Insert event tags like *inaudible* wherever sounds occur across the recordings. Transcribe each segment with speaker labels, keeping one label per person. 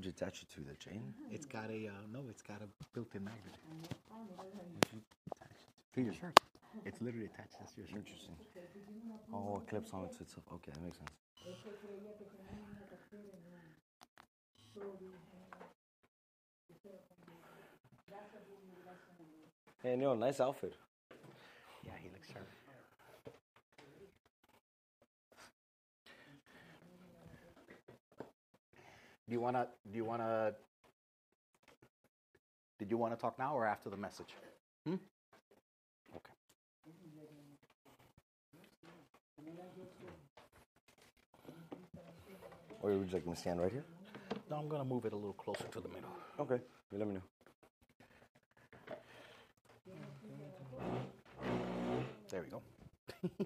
Speaker 1: you attach it to? The chain?
Speaker 2: It's got a, uh, no, it's got a built-in magnet. To your shirt. It's literally attached to your shirt.
Speaker 1: Interesting. Oh, it clips onto itself. Okay, that makes sense. Hey, Neil, nice outfit.
Speaker 2: Yeah, he looks sharp. Do you wanna, do you wanna, did you wanna talk now or after the message? Hmm? Okay.
Speaker 1: Or would you like me to stand right here?
Speaker 2: No, I'm gonna move it a little closer to the middle.
Speaker 1: Okay, you let me know.
Speaker 2: There we go. I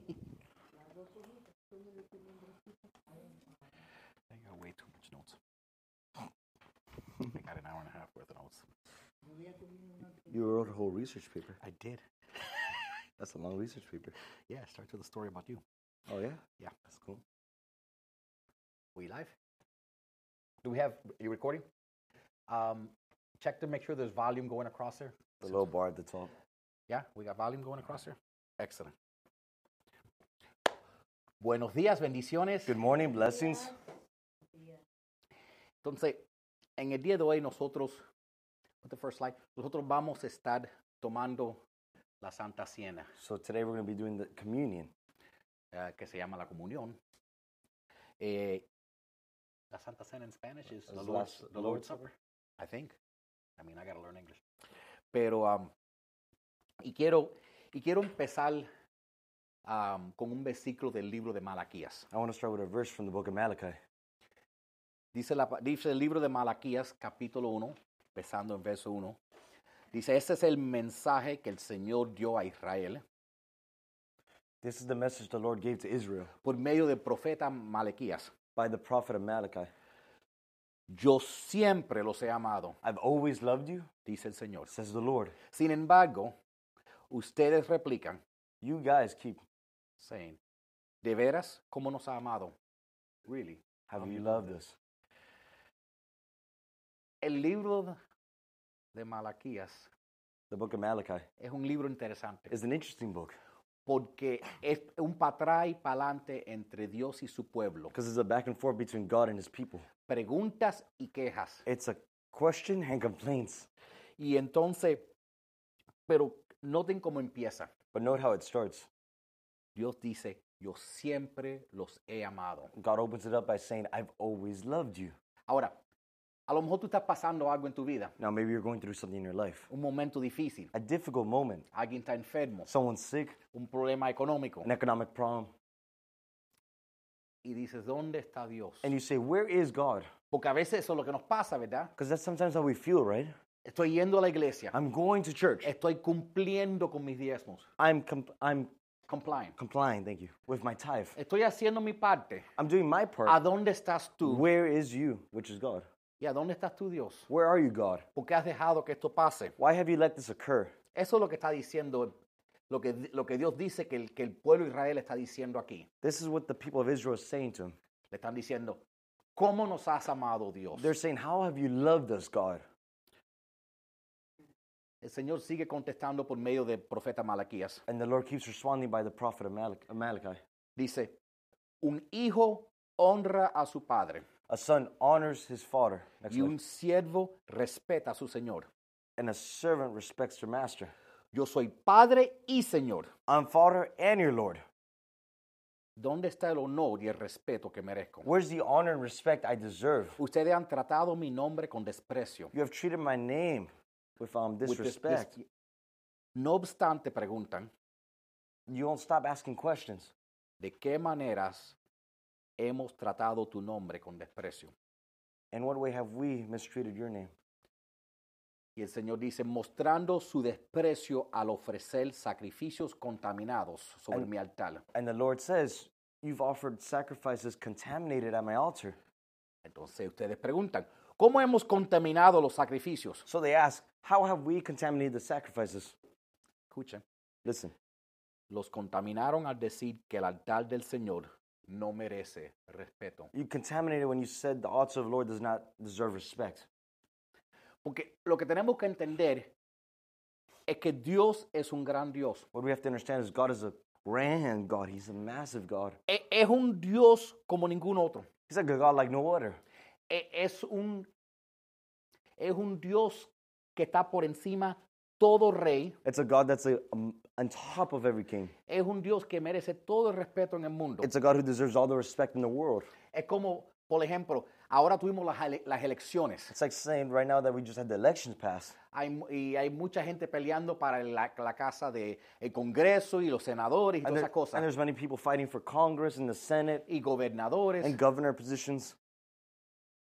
Speaker 2: got way too much notes. I got an hour and a half worth of notes.
Speaker 1: You wrote a whole research paper.
Speaker 2: I did.
Speaker 1: That's a long research paper.
Speaker 2: Yeah, it starts with a story about you.
Speaker 1: Oh, yeah?
Speaker 2: Yeah.
Speaker 1: That's cool.
Speaker 2: We live? Do we have, are you recording? Um, check to make sure there's volume going across there.
Speaker 1: The little bar at the top.
Speaker 2: Yeah, we got volume going across there. Excellent. Buenos días, bendiciones.
Speaker 1: Good morning, blessings.
Speaker 2: Entonces, en el día de hoy nosotros, with the first slide, nosotros vamos a estar tomando la Santa Cena,
Speaker 1: So today we're going to be doing the communion.
Speaker 2: eh, que se llama la comunión. Eh, la Santa Cena en Spanish is the
Speaker 1: Is
Speaker 2: Lord's,
Speaker 1: last-
Speaker 2: the Lord's Supper, I think. I mean, I gotta learn English. Pero, um, y, quiero, y quiero empezar um, con un versículo del libro de Malaquías.
Speaker 1: I want to start with a verse from the book of Malachi.
Speaker 2: Dice, la, dice el libro de Malaquías, capítulo 1, empezando en verso 1. Dice, este es el mensaje que el Señor dio a Israel
Speaker 1: This is the message the Lord gave to Israel
Speaker 2: por medio del profeta Malaquías.
Speaker 1: by the prophet of Malachi.
Speaker 2: Yo siempre los he amado,
Speaker 1: I've always loved you,
Speaker 2: dice el Señor.
Speaker 1: says the Lord.
Speaker 2: Sin embargo, ustedes replican,
Speaker 1: You guys keep,
Speaker 2: saying, ¿de veras cómo nos ha amado? Really.
Speaker 1: have you loved us?
Speaker 2: El libro de Malaquías
Speaker 1: The book of Malachi
Speaker 2: es un libro interesante
Speaker 1: is an interesting book
Speaker 2: porque es un para atrás y para adelante entre Dios y su pueblo.
Speaker 1: because it's a back and forth between God and his people.
Speaker 2: preguntas y quejas.
Speaker 1: It's a question and complaints.
Speaker 2: Y entonces, pero noten cómo empieza.
Speaker 1: But note how it starts.
Speaker 2: Dios dice, yo siempre los he amado.
Speaker 1: God opens it up by saying, I've always loved you.
Speaker 2: Ahora, a lo mejor tú estás pasando algo en tu vida,
Speaker 1: Now, maybe you're going through something in your life,
Speaker 2: un momento difícil,
Speaker 1: a difficult moment,
Speaker 2: alguien está enfermo,
Speaker 1: someone's sick,
Speaker 2: un problema económico.
Speaker 1: an economic problem,
Speaker 2: Y dices, ¿dónde está Dios?
Speaker 1: and you say, Where is God?
Speaker 2: Porque a veces eso es lo que nos pasa, ¿verdad?
Speaker 1: Because that's sometimes how we feel, right?
Speaker 2: Estoy yendo a la iglesia,
Speaker 1: I'm going to church.
Speaker 2: estoy cumpliendo con mis diezmos,
Speaker 1: I'm comp- I'm
Speaker 2: compliant.
Speaker 1: complying, thank you, with my tithe.
Speaker 2: Estoy haciendo mi parte.
Speaker 1: I'm doing my
Speaker 2: ¿A
Speaker 1: part.
Speaker 2: dónde estás tú?
Speaker 1: Where is you, which is God?
Speaker 2: ¿Y a dónde estás tú, Dios?
Speaker 1: Where are you, God?
Speaker 2: ¿Por qué has dejado que esto pase?
Speaker 1: Why have you let this occur?
Speaker 2: Eso es lo que está diciendo, lo que, lo que Dios dice que el, que el pueblo de Israel está diciendo aquí.
Speaker 1: This is what the people of Israel is saying to him.
Speaker 2: Le están diciendo, ¿cómo nos has amado Dios?
Speaker 1: They're saying, How have you loved us, God?
Speaker 2: El Señor sigue contestando por medio del profeta Malaquías.
Speaker 1: And the Lord keeps responding by the prophet of Malach- of Malachi.
Speaker 2: Dice, un hijo honra a su padre
Speaker 1: A son honors his father, Next
Speaker 2: y
Speaker 1: slide.
Speaker 2: un siervo respeta a su Señor.
Speaker 1: and a servant respects their master.
Speaker 2: Yo soy padre y Señor.
Speaker 1: I'm father and your Lord.
Speaker 2: ¿Dónde está el honor y el respeto que merezco?
Speaker 1: Where's the honor and respect I deserve?
Speaker 2: Ustedes han tratado mi nombre con desprecio.
Speaker 1: You have treated my name with um,
Speaker 2: With this- this-
Speaker 1: disrespect.
Speaker 2: No obstante, preguntan,
Speaker 1: You won't stop asking questions.
Speaker 2: de qué maneras hemos tratado tu nombre con desprecio.
Speaker 1: In what way have we mistreated your name?
Speaker 2: Y el Señor dice, mostrando su desprecio al ofrecer sacrificios contaminados sobre
Speaker 1: Al-
Speaker 2: mi altar.
Speaker 1: And the Lord says, You've offered sacrifices contaminated at my altar.
Speaker 2: Entonces ustedes preguntan, ¿cómo hemos contaminado los sacrificios?
Speaker 1: So they ask, How have we contaminated the sacrifices?
Speaker 2: Escuchen,
Speaker 1: Listen,
Speaker 2: los contaminaron al decir que el altar del Señor no merece respeto.
Speaker 1: You contaminated when you said the altar of the Lord does not deserve respect.
Speaker 2: Porque lo que tenemos que entender es que Dios es un gran Dios.
Speaker 1: What we have to understand is God is a grand God. He's a massive God.
Speaker 2: E- Es un Dios como ningún otro.
Speaker 1: He's like a God like no other.
Speaker 2: E- Es un, es un Dios que está por encima todo rey.
Speaker 1: It's a God that's a, um, on top of every king.
Speaker 2: Es un Dios que merece todo el respeto en el mundo.
Speaker 1: It's a God who deserves all the respect in the world.
Speaker 2: Es como, por ejemplo, ahora tuvimos las, ele- las elecciones
Speaker 1: It's like saying right now that we just had the elections pass,
Speaker 2: Hay mu- y hay mucha gente peleando para la, la casa del Congreso y los senadores y
Speaker 1: and,
Speaker 2: todas
Speaker 1: there-
Speaker 2: esas cosas.
Speaker 1: and there's many people fighting for Congress and the Senate
Speaker 2: y gobernadores,
Speaker 1: and governor positions,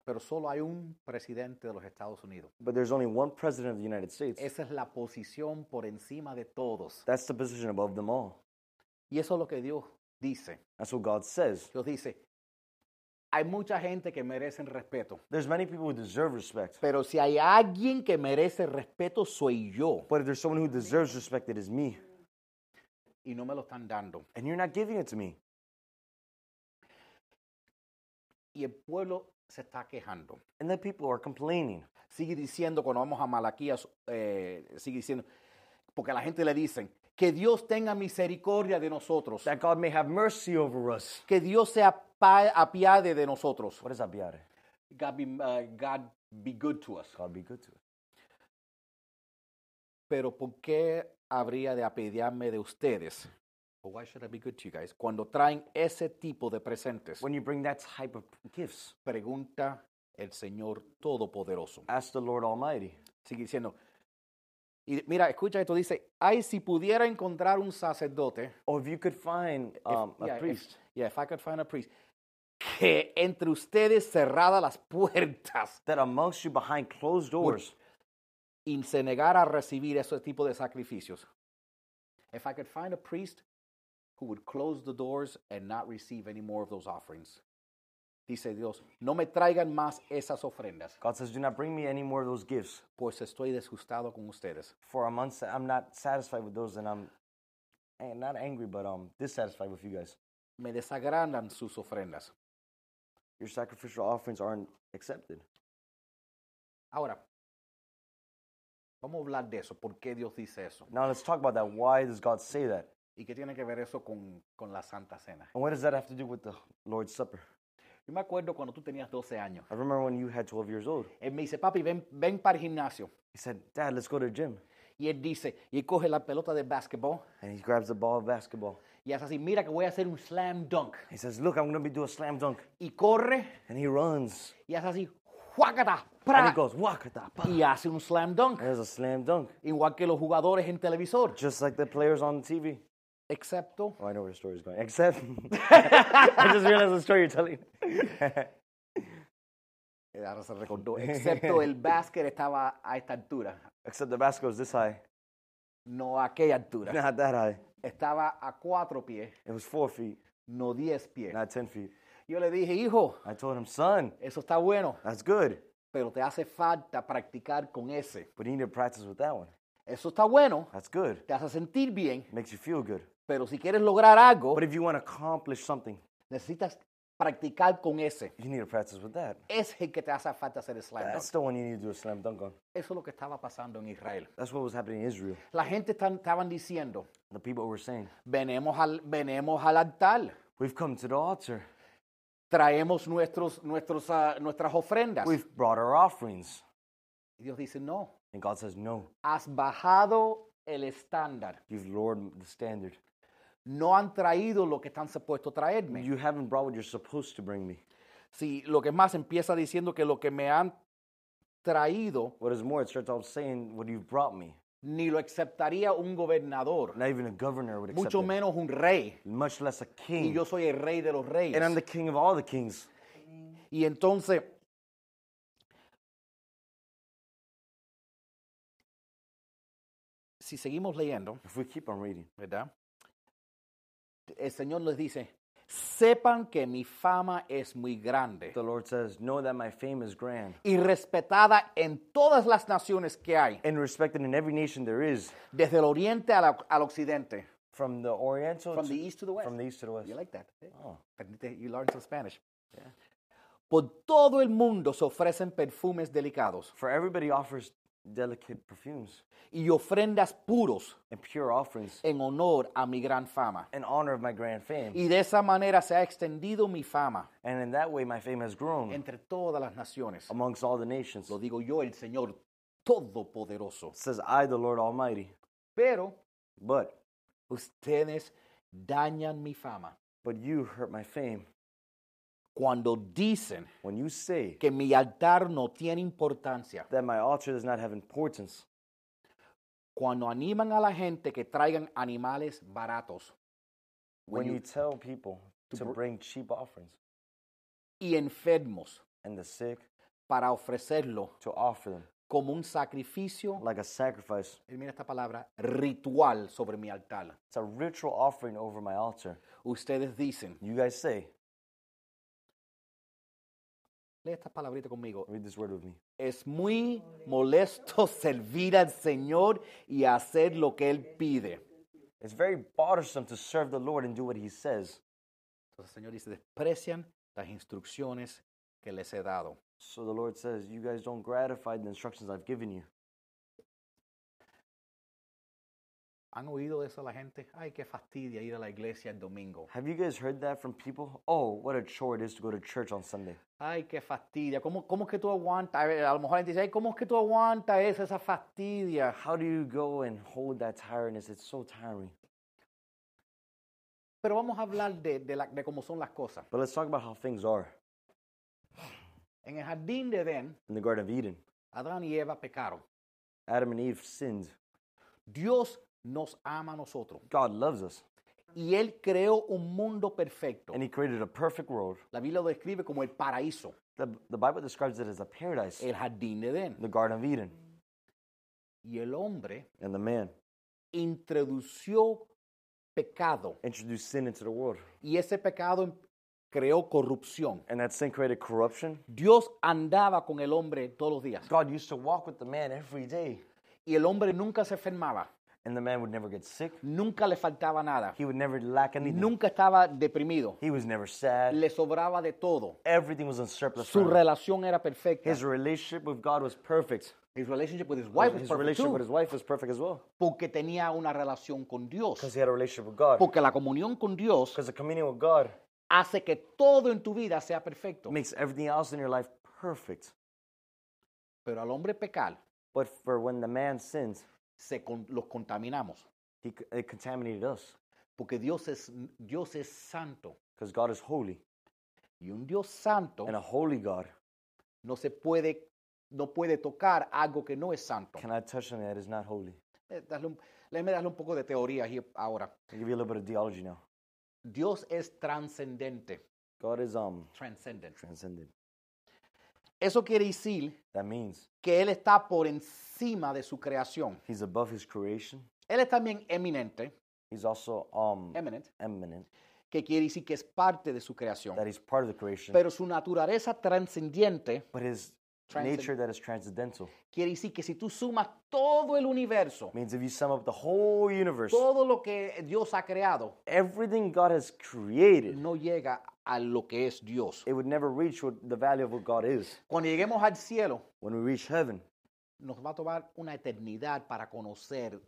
Speaker 2: pero solo hay un presidente de los Estados Unidos.
Speaker 1: but there's only one president of the United States.
Speaker 2: Esa es la posición por encima de todos.
Speaker 1: That's the position above them all.
Speaker 2: Y eso es lo que Dios dice.
Speaker 1: That's what God says.
Speaker 2: Dios dice, hay mucha gente que merecen respeto,
Speaker 1: There's many people who deserve respect,
Speaker 2: pero si hay alguien que merece respeto soy yo.
Speaker 1: but if there's someone who deserves respect, it is me,
Speaker 2: Y no me lo están dando.
Speaker 1: and you're not giving it to me.
Speaker 2: Y el pueblo se está quejando.
Speaker 1: And then people are complaining.
Speaker 2: Sigue diciendo, cuando vamos a Malaquías, eh, sigue diciendo, porque a la gente le dicen, que Dios tenga misericordia de nosotros,
Speaker 1: That God may have mercy over us.
Speaker 2: que Dios se apa- apiade de nosotros.
Speaker 1: What does that be out of?
Speaker 2: God be, uh, God be good to us.
Speaker 1: God be good to us.
Speaker 2: Pero ¿por qué habría de apiadarme de ustedes? Or why should I be good to you guys? Cuando traen ese tipo de presentes,
Speaker 1: When you bring that type of gifts,
Speaker 2: pregunta el Señor Todopoderoso.
Speaker 1: ask the Lord Almighty.
Speaker 2: Sigue diciendo. Y mira, escucha esto, dice, ay, si pudiera encontrar un sacerdote,
Speaker 1: Or if you could find um, a
Speaker 2: yeah, if-
Speaker 1: priest.
Speaker 2: yeah, if I could find a priest, que entre ustedes cerrada las puertas
Speaker 1: that amongst you behind closed doors
Speaker 2: y se negara a recibir ese tipo de sacrificios. If I could find a priest who would close the doors and not receive any more of those offerings. Dice Dios, no me traigan más esas ofrendas,
Speaker 1: god says do not bring me any more of those gifts
Speaker 2: pues estoy disgustado con ustedes.
Speaker 1: for i'm uns- i'm not satisfied with those and i'm and not angry but um dissatisfied with you guys
Speaker 2: Me desagradan sus ofrendas.
Speaker 1: your sacrificial offerings aren't accepted
Speaker 2: Ahora, vamos a hablar de eso, por qué Dios dice eso.
Speaker 1: now let's talk about that why does god say that
Speaker 2: ¿Y qué tiene que ver eso con, con la Santa Cena?
Speaker 1: and what does that have to do with the lord's supper
Speaker 2: Yo me acuerdo cuando tú tenías 12 años.
Speaker 1: i remember when you had 12 years old
Speaker 2: Él me dice, papi, ven, ven para el gimnasio.
Speaker 1: he said dad let's go to the gym
Speaker 2: Y él dice, y él coge la pelota de básquetbol
Speaker 1: and he grabs the ball of basketball
Speaker 2: y hace así, mira que voy a hacer un slam dunk.
Speaker 1: he says look i'm gonna be do a slam dunk
Speaker 2: Y corre
Speaker 1: and he runs
Speaker 2: y hace así, ¡juácata!
Speaker 1: and he
Speaker 2: ¡Pra!
Speaker 1: goes wakata pa.
Speaker 2: Y hace un slam dunk.
Speaker 1: there's a slam dunk
Speaker 2: Igual que los jugadores en televisor.
Speaker 1: just like the players on tv
Speaker 2: Excepto
Speaker 1: Oh, I know where the story's going. Except, *laughs* I just realized the story you're telling. *laughs*
Speaker 2: Eh, Ahora se recordó. Excepto el básquet estaba a esta altura.
Speaker 1: Except the basketball's this high,
Speaker 2: No a aquella
Speaker 1: *laughs*
Speaker 2: altura.
Speaker 1: not that high.
Speaker 2: Estaba a cuatro pies,
Speaker 1: It was four feet,
Speaker 2: no diez pies.
Speaker 1: not ten feet.
Speaker 2: Yo le dije, hijo,
Speaker 1: I told him, son,
Speaker 2: eso está bueno,
Speaker 1: that's good,
Speaker 2: pero te hace falta practicar con ese.
Speaker 1: but you need to practice with that one.
Speaker 2: Eso está bueno,
Speaker 1: That's good.
Speaker 2: te hace sentir bien,
Speaker 1: Makes you feel good.
Speaker 2: pero si quieres lograr algo,
Speaker 1: But if you want to accomplish something,
Speaker 2: necesitas practicar con ese.
Speaker 1: you need to practice with that.
Speaker 2: Es el que te hace falta hacer slam dunk.
Speaker 1: That's the one you need to do a slam dunk on.
Speaker 2: Eso es lo que estaba pasando en Israel.
Speaker 1: That's what was happening in Israel.
Speaker 2: La gente tan- estaban diciendo,
Speaker 1: The people were saying,
Speaker 2: venemos al, venemos al altar,
Speaker 1: We've come to the altar,
Speaker 2: traemos nuestros, nuestros, ah, nuestras ofrendas.
Speaker 1: we've brought our offerings.
Speaker 2: Y Dios dice, no,
Speaker 1: And God says, No,
Speaker 2: has bajado el estándar.
Speaker 1: you've lowered the standard.
Speaker 2: No han traído lo que están supuestos a traerme.
Speaker 1: You haven't brought what you're supposed to bring me.
Speaker 2: Si lo que es más empieza diciendo que lo que me han traído
Speaker 1: What is more, it starts off saying, What you've brought me.
Speaker 2: ni lo aceptaría un gobernador,
Speaker 1: Not even a governor would accept
Speaker 2: mucho
Speaker 1: it,
Speaker 2: menos un rey.
Speaker 1: much less a
Speaker 2: Y
Speaker 1: king.
Speaker 2: yo soy el rey de los reyes.
Speaker 1: and I'm the king of all the kings.
Speaker 2: Y entonces, si seguimos leyendo,
Speaker 1: If we keep on reading,
Speaker 2: ¿verdad? El Señor les dice, sepan que mi fama es muy grande
Speaker 1: the Lord says, Know that my fame is grand
Speaker 2: y respetada en todas las naciones que hay,
Speaker 1: and respected in every nation there is,
Speaker 2: desde el oriente al, al occidente.
Speaker 1: From the Oriental
Speaker 2: From
Speaker 1: to-
Speaker 2: the east to the west.
Speaker 1: From the east to the west.
Speaker 2: You like that? eh?
Speaker 1: oh.
Speaker 2: Aprendiste- You learned some Spanish. Por todo el mundo se ofrecen perfumes delicados
Speaker 1: For everybody offers delicate perfumes
Speaker 2: y ofrendas puros
Speaker 1: and pure offerings
Speaker 2: en honor a mi gran fama.
Speaker 1: in honor of my grand fame.
Speaker 2: Y de esa manera se ha extendido mi fama
Speaker 1: And in that way, my fame has grown
Speaker 2: entre todas las naciones.
Speaker 1: amongst all the nations.
Speaker 2: Lo digo yo, el Señor Todopoderoso.
Speaker 1: Says I, the Lord Almighty.
Speaker 2: Pero
Speaker 1: But,
Speaker 2: ustedes dañan mi fama
Speaker 1: but you hurt my fame
Speaker 2: cuando dicen
Speaker 1: when you say
Speaker 2: que mi altar no tiene importancia,
Speaker 1: that my altar does not have importance.
Speaker 2: cuando animan a la gente que traigan animales baratos
Speaker 1: When
Speaker 2: When
Speaker 1: you
Speaker 2: you-
Speaker 1: tell people
Speaker 2: to
Speaker 1: to
Speaker 2: br-
Speaker 1: bring cheap offerings
Speaker 2: y enfermos
Speaker 1: and the sick
Speaker 2: para ofrecerlo
Speaker 1: to offer them
Speaker 2: como un sacrificio,
Speaker 1: like a sacrifice,
Speaker 2: y mira esta palabra, ritual sobre mi altar.
Speaker 1: it's a ritual offering over my altar.
Speaker 2: Ustedes dicen,
Speaker 1: You guys say,
Speaker 2: lee esta palabrita conmigo,
Speaker 1: read this word with me.
Speaker 2: es muy molesto *laughs* servir al Señor y hacer lo que Él pide.
Speaker 1: It's very bothersome to serve the Lord and do what He says.
Speaker 2: Entonces el Señor dice, desprecian las instrucciones que les he dado.
Speaker 1: So the Lord says, You guys don't gratify the instructions I've given you.
Speaker 2: ¿Han oído eso la gente? Ay, qué fastidia ir a la iglesia el domingo.
Speaker 1: Have you guys heard that from people? Oh, what a chore it is to go to church on Sunday.
Speaker 2: Ay, qué fastidia. ¿Cómo, cómo es que tú aguantas? A, ver, a lo mejor alguien dice, ay, ¿cómo es que tú aguantas eso, esa fastidia?
Speaker 1: How do you go and hold that tiredness? It's so tiring.
Speaker 2: Pero vamos a hablar de, de la- de cómo son las cosas.
Speaker 1: But let's talk about how things are
Speaker 2: En el jardín de Edén,
Speaker 1: in the Garden of Eden.
Speaker 2: Adán y Eva pecaron.
Speaker 1: Adam and Eve sinned.
Speaker 2: Dios nos ama a nosotros.
Speaker 1: God loves us.
Speaker 2: Y Él creó un mundo perfecto.
Speaker 1: and he created a perfect world.
Speaker 2: La Biblia lo describe como el paraíso,
Speaker 1: The, the Bible describes it as a paradise,
Speaker 2: el jardín de Edén.
Speaker 1: the Garden of Eden,
Speaker 2: Y el hombre
Speaker 1: and the man
Speaker 2: introdució pecado.
Speaker 1: introduced sin into the world.
Speaker 2: Y ese pecado em- creó corrupción.
Speaker 1: And that sin created corruption.
Speaker 2: Dios andaba con el hombre todos los días
Speaker 1: God used to walk with the man every day,
Speaker 2: y el hombre nunca se enfermaba,
Speaker 1: and the man would never get sick.
Speaker 2: nunca le faltaba nada,
Speaker 1: He would never lack anything.
Speaker 2: nunca estaba deprimido,
Speaker 1: He was never sad.
Speaker 2: le sobraba de todo.
Speaker 1: Everything was in surplus.
Speaker 2: Su
Speaker 1: for him.
Speaker 2: relación era perfecta.
Speaker 1: His relationship with God was perfect.
Speaker 2: His relationship with his wife was
Speaker 1: his
Speaker 2: perfect
Speaker 1: relationship
Speaker 2: too,
Speaker 1: with his wife was perfect as well.
Speaker 2: porque tenía una relación con Dios.
Speaker 1: Because he had a relationship with God.
Speaker 2: Porque la comunión con Dios
Speaker 1: Because the communion with God
Speaker 2: hace que todo en tu vida sea perfecto.
Speaker 1: makes everything else in your life perfect.
Speaker 2: Pero al hombre pecar
Speaker 1: But for when the man sins,
Speaker 2: se con- los contaminamos,
Speaker 1: he, c- it contaminated us.
Speaker 2: porque Dios es, Dios es santo.
Speaker 1: Because God is holy.
Speaker 2: Y un Dios santo
Speaker 1: And a holy God
Speaker 2: no se puede, no puede tocar algo que no es santo.
Speaker 1: cannot touch something that is not holy.
Speaker 2: Eh, dale un- Déjame darle un poco de teoría aquí ahora.
Speaker 1: I'll give you a little bit of theology now.
Speaker 2: Dios es trascendente.
Speaker 1: God is um
Speaker 2: Transcendent.
Speaker 1: transcendent.
Speaker 2: Eso quiere decir
Speaker 1: That means
Speaker 2: que Él está por encima de su creación.
Speaker 1: he's above his creation.
Speaker 2: Él es también eminente,
Speaker 1: He's also um
Speaker 2: eminent,
Speaker 1: eminent.
Speaker 2: que quiere decir que es parte de su creación.
Speaker 1: That he's part of the creation.
Speaker 2: Pero su naturaleza trascendiente
Speaker 1: but his
Speaker 2: Transcend-
Speaker 1: nature that is transcendental
Speaker 2: quiere decir que si tú sumas todo el universo,
Speaker 1: means if you sum up the whole universe,
Speaker 2: todo lo que Dios ha creado,
Speaker 1: everything God has created,
Speaker 2: no llega a lo que es Dios.
Speaker 1: it would never reach what the value of what God is.
Speaker 2: Cuando lleguemos al cielo,
Speaker 1: When we reach heaven,
Speaker 2: nos va a tomar una eternidad para conocer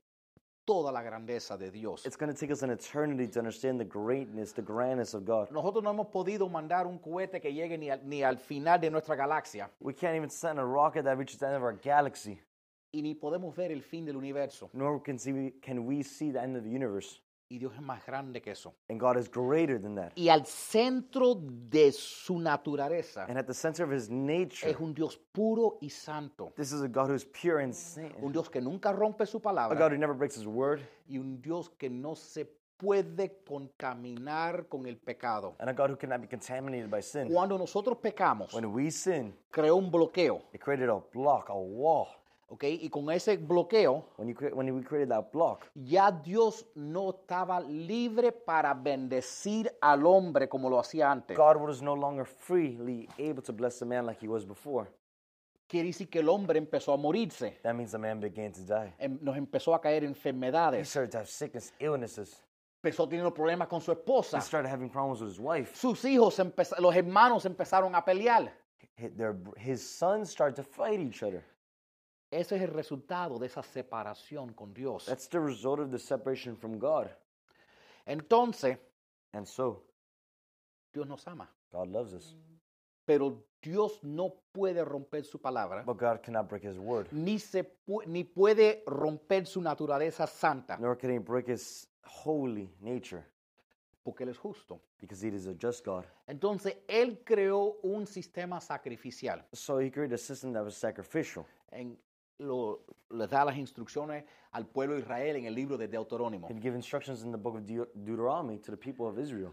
Speaker 2: toda la grandeza de Dios.
Speaker 1: it's going to take us an eternity to understand the greatness, the grandness of God.
Speaker 2: Nosotros no hemos podido mandar un cohete que llegue ni al, ni al final de nuestra galaxia
Speaker 1: We can't even send a rocket that reaches the end of our galaxy.
Speaker 2: y ni podemos ver el fin del universo.
Speaker 1: nor can, see, can we see the end of the universe.
Speaker 2: Y Dios es más grande que eso.
Speaker 1: And God is greater than that.
Speaker 2: Y al centro de su naturaleza
Speaker 1: And at the center of his nature,
Speaker 2: es un Dios puro y santo.
Speaker 1: this is a God who's pure and saint.
Speaker 2: Un Dios que nunca rompe su
Speaker 1: A God
Speaker 2: palabra
Speaker 1: who never breaks his word.
Speaker 2: y un Dios que no se puede contaminar con el pecado.
Speaker 1: And a God who cannot be contaminated by sin.
Speaker 2: Cuando nosotros pecamos,
Speaker 1: When we sin,
Speaker 2: creó un bloqueo,
Speaker 1: it created a block, a wall.
Speaker 2: ¿ok? Y con ese bloqueo
Speaker 1: When, you cre- when we created that block,
Speaker 2: ya Dios no estaba libre para bendecir al hombre como lo hacía antes.
Speaker 1: God was no longer freely able to bless the man like he was before.
Speaker 2: Quiere decir que el hombre empezó a morirse,
Speaker 1: That means the man began to die.
Speaker 2: em- nos empezó a caer
Speaker 1: He
Speaker 2: enfermedades,
Speaker 1: started to have sickness, illnesses.
Speaker 2: empezó teniendo problemas con su esposa.
Speaker 1: He started having problems with his wife.
Speaker 2: Sus hijos, empeza- los hermanos empezaron a pelear.
Speaker 1: Hi- their- his sons started to fight each other.
Speaker 2: Ese es el resultado de esa separación con Dios.
Speaker 1: That's the result of the separation from God.
Speaker 2: Entonces,
Speaker 1: And so,
Speaker 2: Dios nos ama.
Speaker 1: God loves us.
Speaker 2: Pero Dios no puede romper su palabra,
Speaker 1: But God cannot break his word,
Speaker 2: ni, se pu- ni puede romper su naturaleza santa,
Speaker 1: nor can he break his holy nature,
Speaker 2: porque Él es justo.
Speaker 1: because he is a just God.
Speaker 2: Entonces, Él creó un sistema sacrificial.
Speaker 1: So he created a system that was sacrificial.
Speaker 2: En lo- les da las instrucciones al pueblo de Israel en el libro de Deuteronomio.
Speaker 1: He'd give instructions in the book of Deu- Deuteronomy to the people of Israel,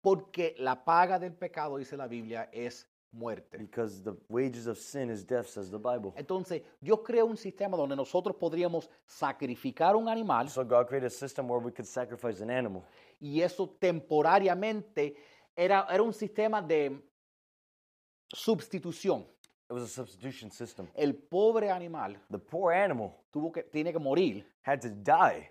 Speaker 2: Porque la paga del pecado, dice la Biblia, es muerte.
Speaker 1: because the wages of sin is death, says the Bible.
Speaker 2: Entonces, Dios creó un sistema donde nosotros podríamos sacrificar un animal
Speaker 1: So God created a system where we could sacrifice an animal.
Speaker 2: y eso temporariamente era, era un sistema de substitución.
Speaker 1: It was a substitution system.
Speaker 2: El pobre animal
Speaker 1: The poor animal
Speaker 2: tuvo que, tiene que morir
Speaker 1: had to die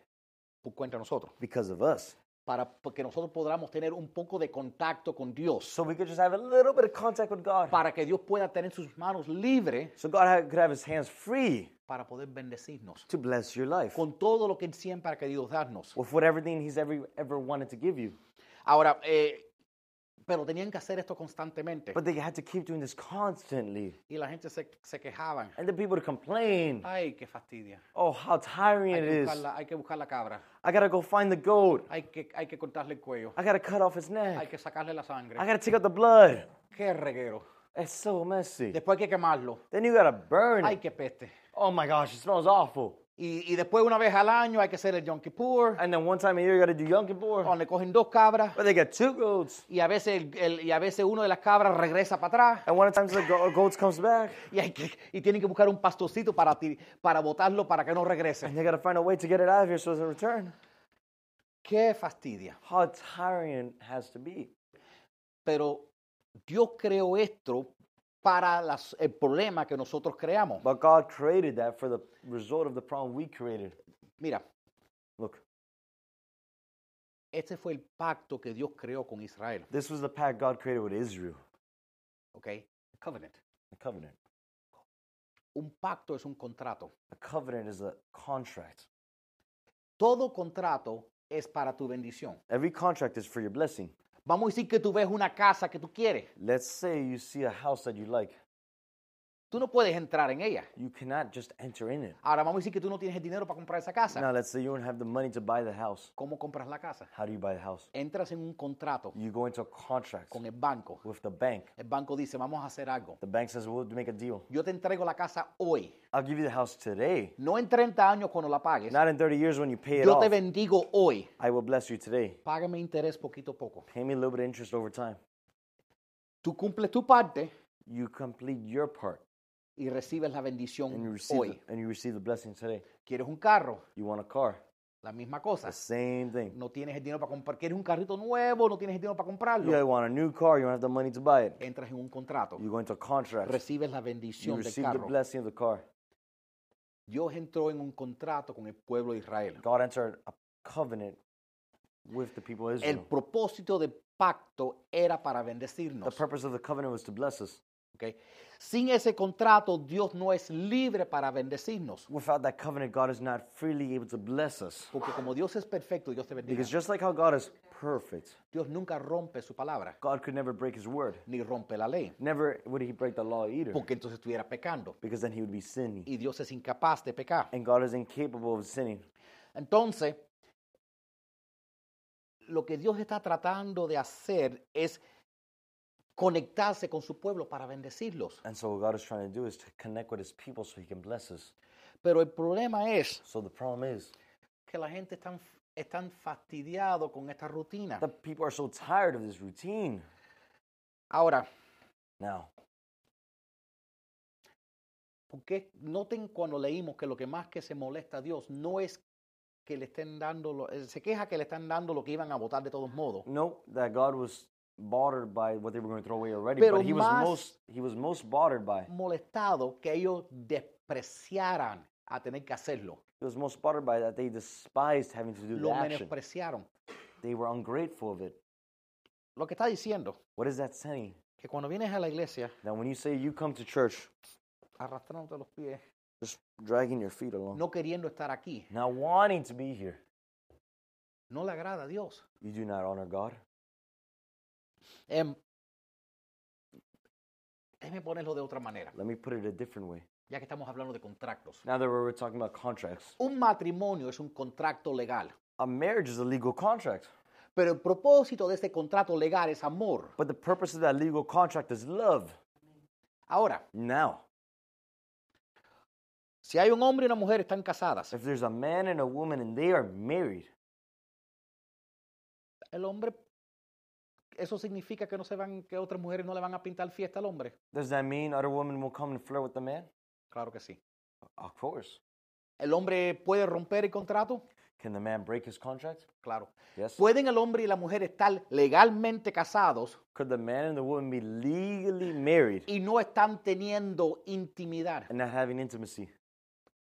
Speaker 2: por cuenta de nosotros,
Speaker 1: because of us.
Speaker 2: para que nosotros podamos tener un poco de contacto con Dios,
Speaker 1: So we could just have a little bit of contact with God.
Speaker 2: para que Dios pueda tener sus manos libres
Speaker 1: So God had, could have his hands free
Speaker 2: para poder bendecirnos
Speaker 1: to bless your life
Speaker 2: con todo lo que Él siempre ha querido darnos.
Speaker 1: with what everything he's ever, ever wanted to give you.
Speaker 2: Ahora, eh, pero tenían que hacer esto constantemente.
Speaker 1: But they had to keep doing this constantly.
Speaker 2: y la gente se, se quejaban.
Speaker 1: And the people would complain,
Speaker 2: Ay, qué fastidia.
Speaker 1: oh, how tiring
Speaker 2: Hay
Speaker 1: it
Speaker 2: que,
Speaker 1: is.
Speaker 2: buscar la, hay que buscar la cabra.
Speaker 1: I gotta go find the goat.
Speaker 2: Hay que, hay que cortarle el cuello.
Speaker 1: I gotta cut off his
Speaker 2: Hay
Speaker 1: neck.
Speaker 2: que sacarle la sangre.
Speaker 1: I gotta take out the blood.
Speaker 2: Qué Eh. reguero.
Speaker 1: It's so messy.
Speaker 2: Después hay que quemarlo.
Speaker 1: Then you gotta burn
Speaker 2: Ay,
Speaker 1: it.
Speaker 2: qué peste.
Speaker 1: Oh my gosh, it smells awful.
Speaker 2: Y, y después una vez al año hay que hacer el Yom Kippur,
Speaker 1: And then one time a year you gotta do Yom Kippur.
Speaker 2: donde cogen dos cabras
Speaker 1: But they got two goats.
Speaker 2: y a veces el- el- y a veces uno de las cabras regresa para atrás
Speaker 1: And one time the go- goats comes back.
Speaker 2: y, hay que- y tienen que buscar un pastocito para ti- para botarlo para que no regrese.
Speaker 1: And they gotta find a way to get it out of here so it doesn't return.
Speaker 2: Qué fastidia.
Speaker 1: How tiring it has to be.
Speaker 2: Pero Dios creó esto para las- el problema que nosotros creamos.
Speaker 1: But God created that for the result of the problem we created.
Speaker 2: Mira,
Speaker 1: Look,
Speaker 2: este fue el pacto que Dios creó con Israel,
Speaker 1: this was the pact God created with Israel,
Speaker 2: ¿ok? Covenant.
Speaker 1: a covenant.
Speaker 2: Un pacto es un contrato.
Speaker 1: A covenant is a contract.
Speaker 2: Todo contrato es para tu bendición.
Speaker 1: Every contract is for your blessing.
Speaker 2: Vamos a decir que tú ves una casa que tú quieres.
Speaker 1: Let's say you see a house that you like.
Speaker 2: Tú no puedes entrar en ella.
Speaker 1: You cannot just enter in it.
Speaker 2: Ahora vamos a decir que tú no tienes el dinero para comprar esa casa.
Speaker 1: Now, let's say you don't have the money to buy the house.
Speaker 2: ¿Cómo compras la casa?
Speaker 1: How do you buy the house?
Speaker 2: Entras en un contrato
Speaker 1: You go into a contract
Speaker 2: con el banco.
Speaker 1: with the bank.
Speaker 2: El banco dice, vamos a hacer algo.
Speaker 1: The bank says, We'll make a deal.
Speaker 2: Yo te entrego la casa hoy,
Speaker 1: I'll give you the house today,
Speaker 2: no en 30 años cuando la pagues.
Speaker 1: not in 30 years when you pay it
Speaker 2: Yo te
Speaker 1: off.
Speaker 2: bendigo hoy.
Speaker 1: I will bless you today.
Speaker 2: Págame interés poquito a poco.
Speaker 1: Pay me a little bit of interest over time.
Speaker 2: Tú cumples tu parte
Speaker 1: You complete your part
Speaker 2: y recibes la
Speaker 1: and you
Speaker 2: bendición
Speaker 1: receive,
Speaker 2: hoy.
Speaker 1: the, and you receive the blessing today.
Speaker 2: ¿Quieres un carro?
Speaker 1: You want a car?
Speaker 2: La misma cosa.
Speaker 1: The same thing.
Speaker 2: No tienes el dinero para comprar. ¿Quieres un carrito nuevo? No tienes el dinero para comprarlo.
Speaker 1: You want a new car, you don't have the money to buy it.
Speaker 2: Entras en un contrato.
Speaker 1: You go into a contract.
Speaker 2: Recibes la
Speaker 1: You
Speaker 2: bendición del
Speaker 1: receive the
Speaker 2: carro.
Speaker 1: blessing of the car.
Speaker 2: Dios entró en un contrato con el pueblo de Israel.
Speaker 1: God entered a covenant with the people of
Speaker 2: El
Speaker 1: Israel.
Speaker 2: propósito del pacto era para
Speaker 1: The
Speaker 2: bendecirnos.
Speaker 1: purpose of the covenant was to bless us.
Speaker 2: ¿ok? Sin ese contrato, Dios no es libre para bendecirnos.
Speaker 1: Without that covenant, God is not freely able to bless us.
Speaker 2: Porque como Dios es perfecto, Dios te bendiga.
Speaker 1: Because just like how God is perfect,
Speaker 2: Dios nunca rompe su palabra,
Speaker 1: God could never break his word.
Speaker 2: ni rompe la ley.
Speaker 1: Never would he break the law either.
Speaker 2: Porque entonces estuviera pecando.
Speaker 1: Because then he would be sinning.
Speaker 2: Y Dios es incapaz de pecar.
Speaker 1: And God is incapable of sinning.
Speaker 2: Entonces, lo que Dios está tratando de hacer es conectarse con su pueblo para bendecirlos.
Speaker 1: And so what God is trying to do is to connect with his people so he can bless us.
Speaker 2: Pero el problema es
Speaker 1: So the problem is
Speaker 2: que la gente está están fastidiado con esta rutina.
Speaker 1: that people are so tired of this routine
Speaker 2: Ahora,
Speaker 1: now.
Speaker 2: porque noten cuando leímos que lo que más que se molesta a Dios no es que le estén dando, lo- eh, se queja que le están dando lo que iban a votar de todos modos.
Speaker 1: Nope, that God was bothered by what they were going to throw away already.
Speaker 2: Pero
Speaker 1: but he was
Speaker 2: más-
Speaker 1: most he was most bothered by
Speaker 2: Molestado que ellos despreciaran a tener que hacerlo.
Speaker 1: he was most bothered by that they despised having to do the
Speaker 2: Lo
Speaker 1: action.
Speaker 2: menospreciaron.
Speaker 1: They were ungrateful of it.
Speaker 2: Lo que está diciendo,
Speaker 1: What is that saying?
Speaker 2: que cuando vienes a la iglesia
Speaker 1: That when you say you come to church,
Speaker 2: arrastrándote los pies,
Speaker 1: just dragging your feet along,
Speaker 2: no queriendo estar aquí,
Speaker 1: not wanting to be here,
Speaker 2: no le agrada a Dios.
Speaker 1: you do not honor God.
Speaker 2: Em, déjeme ponerlo de otra manera,
Speaker 1: Let me put it a different way.
Speaker 2: ya que estamos hablando de contratos.
Speaker 1: Now that we're talking about contracts,
Speaker 2: Un matrimonio es un contrato legal,
Speaker 1: a marriage is a legal contract,
Speaker 2: pero el propósito de este contrato legal es amor.
Speaker 1: but the purpose of that legal contract is love.
Speaker 2: Ahora,
Speaker 1: Now,
Speaker 2: si hay un hombre y una mujer están casadas,
Speaker 1: if there's a man and a woman and they are married,
Speaker 2: el hombre, eso significa que no se van, que otras mujeres no le van a pintar fiesta al hombre.
Speaker 1: does that mean other women will come and flirt with the man?
Speaker 2: Claro que sí.
Speaker 1: Of course.
Speaker 2: ¿El hombre puede romper el contrato?
Speaker 1: Can the man break his contract?
Speaker 2: Claro.
Speaker 1: Yes.
Speaker 2: ¿Pueden el hombre y la mujer estar legalmente casados
Speaker 1: Could the man and the woman be legally married
Speaker 2: y no están teniendo intimidad?
Speaker 1: and not having intimacy?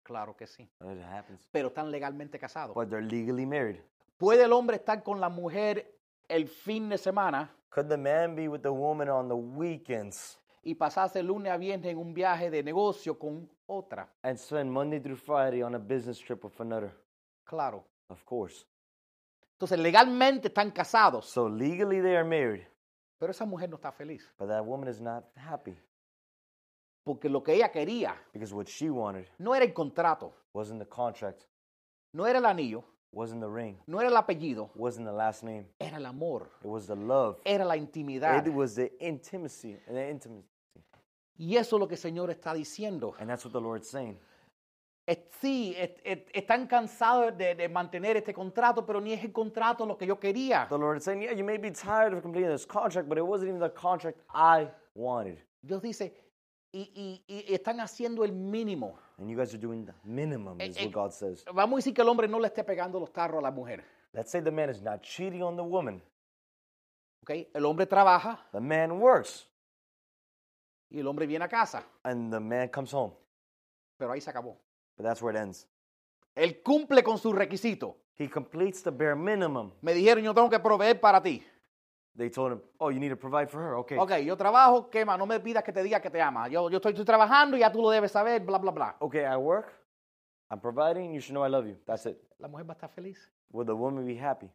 Speaker 2: Claro que sí.
Speaker 1: It happens.
Speaker 2: Pero están legalmente casados.
Speaker 1: But they're legally married.
Speaker 2: ¿Puede el hombre estar con la mujer el fin de semana
Speaker 1: Could the man be with the woman on the weekends
Speaker 2: y pasarse el lunes a viernes en un viaje de negocio con otra?
Speaker 1: and spend Monday through Friday on a business trip with another?
Speaker 2: Claro.
Speaker 1: Of course.
Speaker 2: Entonces, legalmente están casados,
Speaker 1: So legally they are married,
Speaker 2: pero esa mujer no está feliz.
Speaker 1: but that woman is not happy
Speaker 2: Porque lo que ella quería
Speaker 1: because what she wanted
Speaker 2: no era el contrato,
Speaker 1: wasn't the contract,
Speaker 2: no era el anillo,
Speaker 1: wasn't the ring,
Speaker 2: no era el apellido,
Speaker 1: wasn't the last name.
Speaker 2: era el amor,
Speaker 1: It was the love.
Speaker 2: era la intimidad.
Speaker 1: It was the intimacy, the intimacy.
Speaker 2: Y eso es lo que el Señor está diciendo.
Speaker 1: And that's what the Lord's saying.
Speaker 2: Eh, Sí, eh, eh, están cansados de, de mantener este contrato, pero ni es el contrato lo que yo quería.
Speaker 1: The Lord is saying, yeah, you may be tired of completing this contract, but it wasn't even the contract I wanted.
Speaker 2: Dios dice, y, y- y están haciendo el mínimo.
Speaker 1: And you guys are doing the minimum, is what God says.
Speaker 2: Vamos a decir que el hombre no le esté pegando los tarros a la mujer.
Speaker 1: Let's say the man is not cheating on the woman.
Speaker 2: ¿ok? El hombre trabaja
Speaker 1: The man works,
Speaker 2: y el hombre viene a casa,
Speaker 1: and the man comes home.
Speaker 2: pero ahí se acabó.
Speaker 1: But that's where it ends.
Speaker 2: Él cumple con su requisito.
Speaker 1: He completes the bare minimum.
Speaker 2: Me dijeron, yo tengo que proveer para ti.
Speaker 1: They told him, oh, you need to provide for her. Okay.
Speaker 2: Ok, yo trabajo, quema, no me pidas que te diga que te ama. Yo, yo estoy, estoy trabajando y ya tú lo debes saber, bla, bla, bla.
Speaker 1: Okay, I work. I'm providing. You should know I love you. That's it.
Speaker 2: La mujer va a estar feliz
Speaker 1: Will the woman be happy?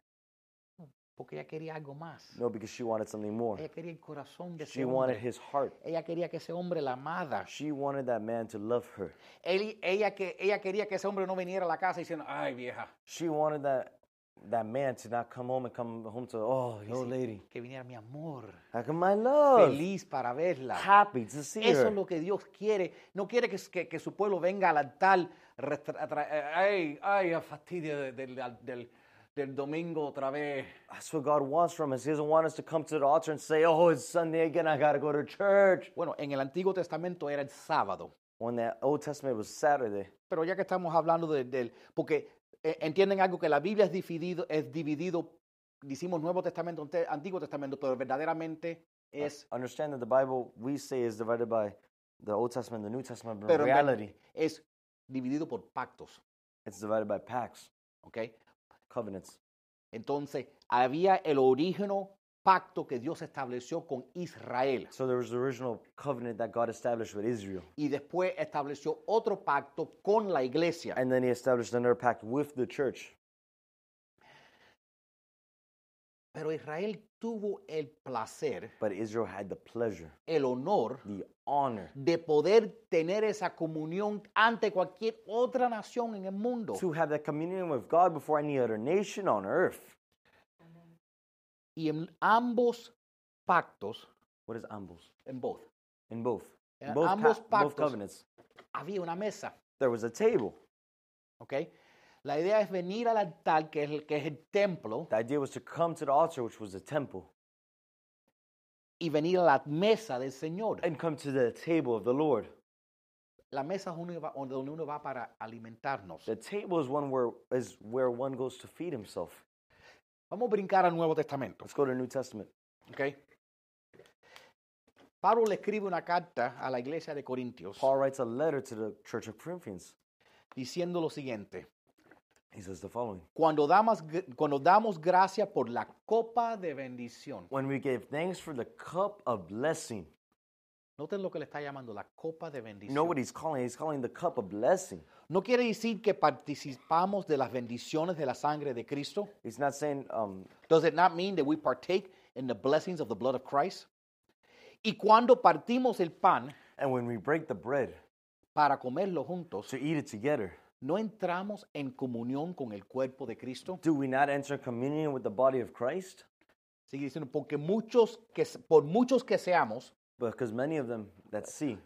Speaker 2: porque ella quería algo más.
Speaker 1: No, because she wanted something more.
Speaker 2: Ella quería el corazón de
Speaker 1: She
Speaker 2: ese
Speaker 1: wanted
Speaker 2: hombre.
Speaker 1: his heart.
Speaker 2: Ella quería que ese hombre la amara.
Speaker 1: She wanted that man to love her.
Speaker 2: Él- ella, que, ella quería que ese hombre no viniera a la casa diciendo, ay vieja,
Speaker 1: She wanted that that man to not come home and come home to oh, the old lady.
Speaker 2: que viniera mi amor,
Speaker 1: How come I love?
Speaker 2: feliz para verla.
Speaker 1: Happy to see
Speaker 2: Eso es
Speaker 1: her.
Speaker 2: lo que Dios quiere. No quiere que, que- que su pueblo venga al altar, restra- atra- eh, ay, ay, a fastidio de- del, del- del domingo otra vez.
Speaker 1: That's what God wants from us. He doesn't want us to come to the altar and say, "Oh, it's Sunday again. I gotta go to church."
Speaker 2: Bueno, en el Antiguo Testamento era el sábado,
Speaker 1: When that Old Testament was Saturday.
Speaker 2: pero ya que estamos hablando de- del, porque eh, entienden algo que la Biblia es dividido, es dividido, decimos Nuevo Testamento, ante- Antiguo Testamento, pero verdaderamente es,
Speaker 1: uh, Understand that the Bible we say is divided by the Old Testament, and the New Testament, but
Speaker 2: pero
Speaker 1: in
Speaker 2: en ver-
Speaker 1: reality,
Speaker 2: es dividido por pactos,
Speaker 1: it's divided by pacts,
Speaker 2: ¿ok?
Speaker 1: covenants.
Speaker 2: Entonces había el origen pacto que Dios estableció con Israel.
Speaker 1: So there was the original covenant that God established with Israel,
Speaker 2: y después estableció otro pacto con la iglesia.
Speaker 1: and then He established another pact with the church.
Speaker 2: Pero Israel tuvo el placer,
Speaker 1: But Israel had the pleasure,
Speaker 2: el honor
Speaker 1: the honor
Speaker 2: de poder tener esa comunión ante cualquier otra nación en el mundo.
Speaker 1: to have that communion with God before any other nation on earth.
Speaker 2: Y en ambos pactos,
Speaker 1: What is ambos?
Speaker 2: en both,
Speaker 1: In both. In
Speaker 2: Eh,
Speaker 1: both,
Speaker 2: ambos
Speaker 1: both
Speaker 2: pactos.
Speaker 1: covenants.
Speaker 2: había una mesa,
Speaker 1: There was a table.
Speaker 2: ¿ok? La idea es venir al altar, que es el, que es el templo,
Speaker 1: The idea was to come to the altar, which was the temple,
Speaker 2: y venir a la mesa del Señor.
Speaker 1: and come to the table of the Lord.
Speaker 2: La mesa es donde uno va- donde uno va para alimentarnos.
Speaker 1: The table is one where is where one goes to feed himself.
Speaker 2: Vamos a brincar al Nuevo Testamento.
Speaker 1: Let's go to the New Testament.
Speaker 2: Okay. Pablo le escribe una carta a la iglesia de Corintios
Speaker 1: Paul writes a letter to the church of Corinthians,
Speaker 2: diciendo lo siguiente.
Speaker 1: He says the following
Speaker 2: Cuando damos, cuando damos gracia por la copa de bendición.
Speaker 1: When we gave thanks for the cup of blessing,
Speaker 2: Noten lo que le está llamando la copa de
Speaker 1: you
Speaker 2: bendición.
Speaker 1: know what he's calling? it? He's calling the cup of blessing.
Speaker 2: No quiere decir que participamos de las bendiciones de la sangre de Cristo.
Speaker 1: He's not saying, um,
Speaker 2: Does it not mean that we partake in the blessings of the blood of Christ? Y cuando partimos el pan
Speaker 1: and when we break the bread
Speaker 2: para comerlo juntos,
Speaker 1: to eat it together,
Speaker 2: ¿no entramos en comunión con el cuerpo de Cristo?
Speaker 1: do we not enter communion with the body of Christ?
Speaker 2: Sigue diciendo, porque muchos que, se- por muchos que seamos,
Speaker 1: Because many of them that see,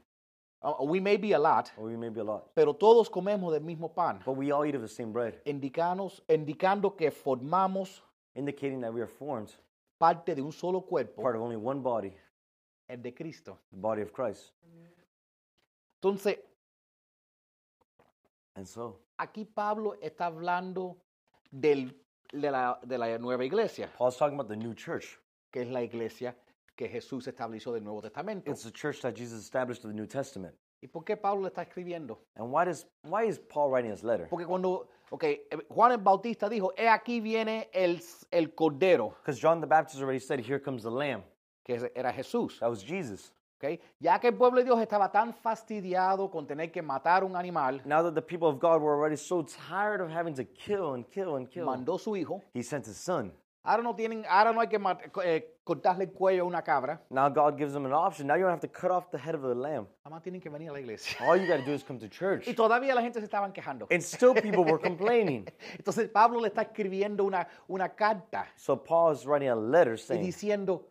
Speaker 2: uh, we may be a lot,
Speaker 1: or we may be a lot,
Speaker 2: pero todos comemos del mismo pan,
Speaker 1: but we all eat of the same bread,
Speaker 2: indicanos- indicando que formamos
Speaker 1: indicating that we are formed
Speaker 2: parte de un solo cuerpo,
Speaker 1: part of only one body,
Speaker 2: el de Cristo.
Speaker 1: the body of Christ.
Speaker 2: Entonces,
Speaker 1: And so
Speaker 2: aquí Pablo está hablando del- de, la, de la nueva iglesia,
Speaker 1: Paul's talking about the new church.
Speaker 2: que es la iglesia que Jesús estableció del Nuevo Testamento.
Speaker 1: It's the church that Jesus established in the New Testament.
Speaker 2: ¿Y por qué Pablo le está escribiendo?
Speaker 1: And why does why is Paul writing this letter?
Speaker 2: Porque cuando ok, eh, Juan el Bautista dijo, he aquí viene el, el Cordero,
Speaker 1: Because John the Baptist already said, "Here comes the Lamb."
Speaker 2: que era Jesús.
Speaker 1: That was Jesus.
Speaker 2: ok, Ya que el pueblo de Dios estaba tan fastidiado con tener que matar un animal,
Speaker 1: Now that the people of God were already so tired of having to kill and kill and kill,
Speaker 2: mandó su hijo.
Speaker 1: He sent His Son.
Speaker 2: Ahora no, tienen, ahora no hay que mat- eh, cortarle el cuello a una cabra,
Speaker 1: Now God gives them an option. Now you don't have to cut off the head of the lamb.
Speaker 2: nada más tienen que venir a la iglesia. *laughs*
Speaker 1: All you got to do is come to church.
Speaker 2: Y todavía la gente se estaban quejando.
Speaker 1: And still people were complaining.
Speaker 2: Entonces Pablo le está escribiendo una, una carta
Speaker 1: So Paul is writing a letter
Speaker 2: y
Speaker 1: saying,
Speaker 2: diciendo,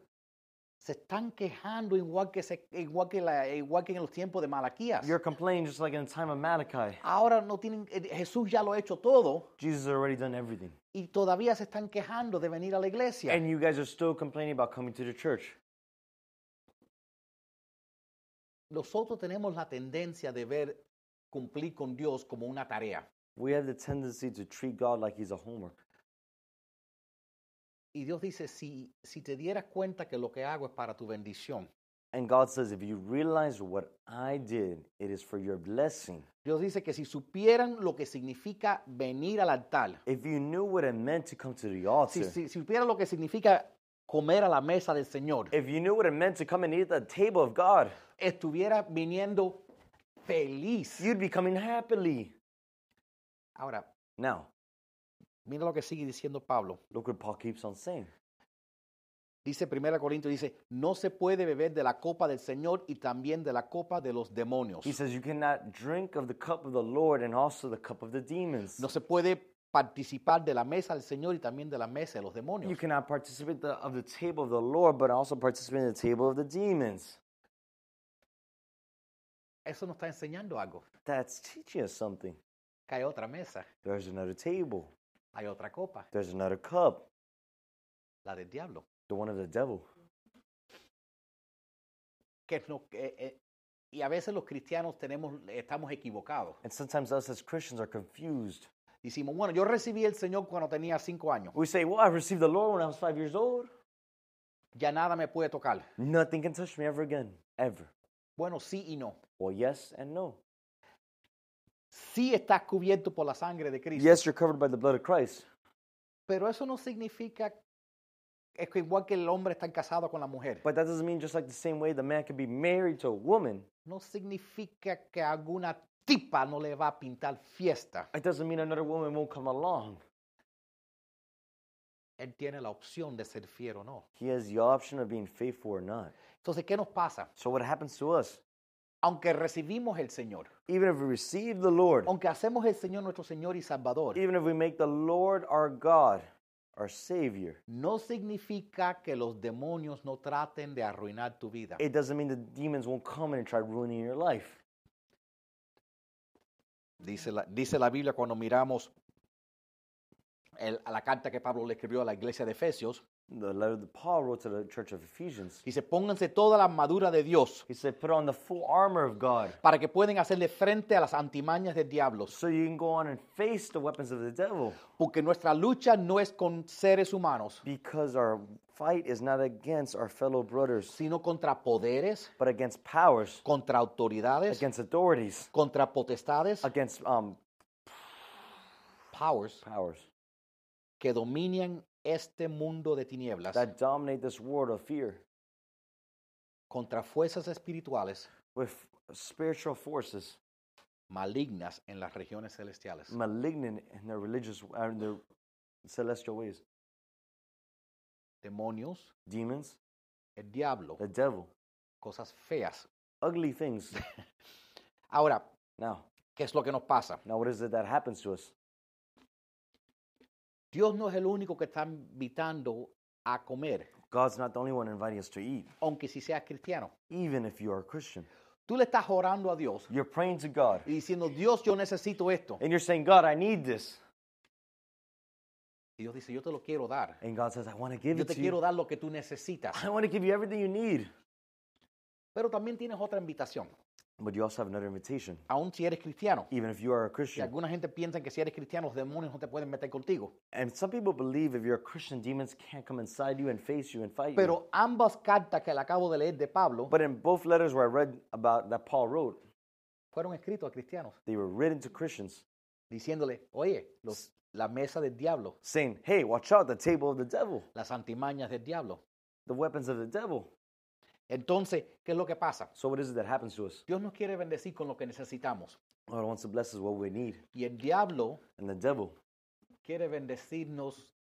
Speaker 2: se están quejando igual que, se- igual que, la- igual que en los tiempos de Malaquías.
Speaker 1: "You're complaining just like in the time of Malachi.
Speaker 2: Ahora no tienen, eh, Jesús ya lo ha hecho todo
Speaker 1: Jesus has already done everything,
Speaker 2: y todavía se están quejando de venir a la iglesia.
Speaker 1: and you guys are still complaining about coming to the church."
Speaker 2: Nosotros tenemos la tendencia de ver cumplir con Dios como una tarea.
Speaker 1: We have the tendency to treat God like He's a homework.
Speaker 2: Y Dios dice, si, si te dieras cuenta que lo que hago es para tu bendición.
Speaker 1: And God says, if you realize what I did, it is for your blessing.
Speaker 2: Dios dice que si supieran lo que significa venir al altar,
Speaker 1: If you knew what it meant to come to the
Speaker 2: si,
Speaker 1: altar,
Speaker 2: si, si supieran lo que significa comer a la mesa del Señor,
Speaker 1: if you knew what it meant to come and eat at the table of God,
Speaker 2: estuviera viniendo feliz.
Speaker 1: you'd be coming happily.
Speaker 2: Ahora,
Speaker 1: Now,
Speaker 2: mira lo que sigue diciendo Pablo.
Speaker 1: look what Paul keeps on saying.
Speaker 2: Dice 1 Corintios, dice, no se puede beber de la copa del Señor y también de la copa de los demonios.
Speaker 1: He says, You cannot drink of the cup of the Lord and also the cup of the demons.
Speaker 2: No se puede participar de la mesa del Señor y también de la mesa de los
Speaker 1: You
Speaker 2: demonios.
Speaker 1: cannot participate the, of the table of the Lord, but also participate in the table of the demons.
Speaker 2: Eso nos está enseñando algo.
Speaker 1: That's teaching us something.
Speaker 2: Que hay otra mesa,
Speaker 1: There's another table,
Speaker 2: hay otra copa,
Speaker 1: there's another cup,
Speaker 2: la del diablo.
Speaker 1: the one of the devil.
Speaker 2: Que es lo que- eh, eh, y a veces los cristianos tenemos, estamos equivocados.
Speaker 1: And sometimes us as Christians are confused.
Speaker 2: Decimos, bueno, yo recibí el Señor cuando tenía cinco años.
Speaker 1: We say, Well, I received the Lord when I was five years old.
Speaker 2: Ya nada me puede tocar.
Speaker 1: Nothing can touch me ever again. Ever.
Speaker 2: Bueno, sí y no.
Speaker 1: Well, yes and no.
Speaker 2: Sí estás cubierto por la sangre de Cristo.
Speaker 1: Yes, you're covered by the blood of Christ.
Speaker 2: Pero eso no significa es que igual que el hombre está casado con la mujer.
Speaker 1: But that doesn't mean just like the same way the man can be married to a woman.
Speaker 2: No significa que alguna tipa no le va a pintar fiesta.
Speaker 1: It doesn't mean another woman won't come along.
Speaker 2: Él tiene la opción de ser fiel o no.
Speaker 1: He has the option of being faithful or not.
Speaker 2: Entonces, ¿qué nos pasa?
Speaker 1: So what happens to us?
Speaker 2: Aunque recibimos el Señor,
Speaker 1: Even if we receive the Lord,
Speaker 2: aunque hacemos el Señor nuestro Señor y Salvador,
Speaker 1: even if we make the Lord our God, our Savior,
Speaker 2: no significa que los demonios no traten de arruinar tu vida.
Speaker 1: it doesn't mean the demons won't come in and try ruining your life.
Speaker 2: Dice la, dice la Biblia cuando miramos el- a la carta que Pablo le escribió a la iglesia de Efesios,
Speaker 1: The letter that Paul wrote to the church of Ephesians,
Speaker 2: dice, pónganse toda la armadura de Dios
Speaker 1: he said, Put on the full armor of God
Speaker 2: para que puedan hacerle frente a las antimañas del diablo.
Speaker 1: so you can go on and face the weapons of the devil
Speaker 2: Porque nuestra lucha no es con seres humanos,
Speaker 1: because our fight is not against our fellow brothers,
Speaker 2: sino contra poderes,
Speaker 1: but against powers,
Speaker 2: contra autoridades,
Speaker 1: against authorities,
Speaker 2: contra potestades,
Speaker 1: against um,
Speaker 2: powers
Speaker 1: powers
Speaker 2: que dominan este mundo de tinieblas
Speaker 1: that dominate this world of fear
Speaker 2: contra fuerzas espirituales
Speaker 1: with spiritual forces
Speaker 2: malignas en las regiones celestiales.
Speaker 1: malignant in their religious uh, in their celestial ways.
Speaker 2: Demonios,
Speaker 1: Demons,
Speaker 2: el diablo,
Speaker 1: the devil,
Speaker 2: cosas feas.
Speaker 1: ugly
Speaker 2: *laughs*
Speaker 1: things.
Speaker 2: Ahora,
Speaker 1: Now,
Speaker 2: ¿qué es lo que nos pasa?
Speaker 1: now what is it that happens to us?
Speaker 2: Dios no es el único que está invitando a comer,
Speaker 1: God's not the only one inviting us to eat,
Speaker 2: aunque si seas cristiano.
Speaker 1: even if you are a Christian.
Speaker 2: Tú le estás orando a Dios
Speaker 1: You're praying to God
Speaker 2: y diciendo, Dios, yo necesito esto.
Speaker 1: and you're saying, God, I need this.
Speaker 2: Y Dios dice, yo te lo quiero dar.
Speaker 1: And God says, I want to give
Speaker 2: Yo
Speaker 1: it
Speaker 2: te
Speaker 1: to
Speaker 2: quiero
Speaker 1: you.
Speaker 2: dar lo que tú necesitas.
Speaker 1: I want to give you everything you need.
Speaker 2: Pero también tienes otra invitación.
Speaker 1: But you also have another invitation.
Speaker 2: Aún si eres cristiano.
Speaker 1: Even if you are a
Speaker 2: Y
Speaker 1: Christian.
Speaker 2: alguna gente piensa que si eres cristiano, los demonios no te pueden meter contigo.
Speaker 1: And some people believe if you're a Christian, demons can't come inside you and face you and fight you.
Speaker 2: Pero ambas cartas que le acabo de leer de Pablo
Speaker 1: But in both letters where I read about that Paul wrote,
Speaker 2: fueron escritos a cristianos,
Speaker 1: they were written to Christians
Speaker 2: diciéndole, oye, los- la mesa del diablo,
Speaker 1: saying, Hey, watch out, the table of the devil,
Speaker 2: las antimañas del diablo.
Speaker 1: the weapons of the devil.
Speaker 2: Entonces, ¿qué es lo que pasa?
Speaker 1: So, what is it that happens to us?
Speaker 2: Dios nos quiere bendecir con lo que necesitamos.
Speaker 1: God wants to bless us what we need.
Speaker 2: Y el diablo
Speaker 1: And the devil,
Speaker 2: quiere bendecirnos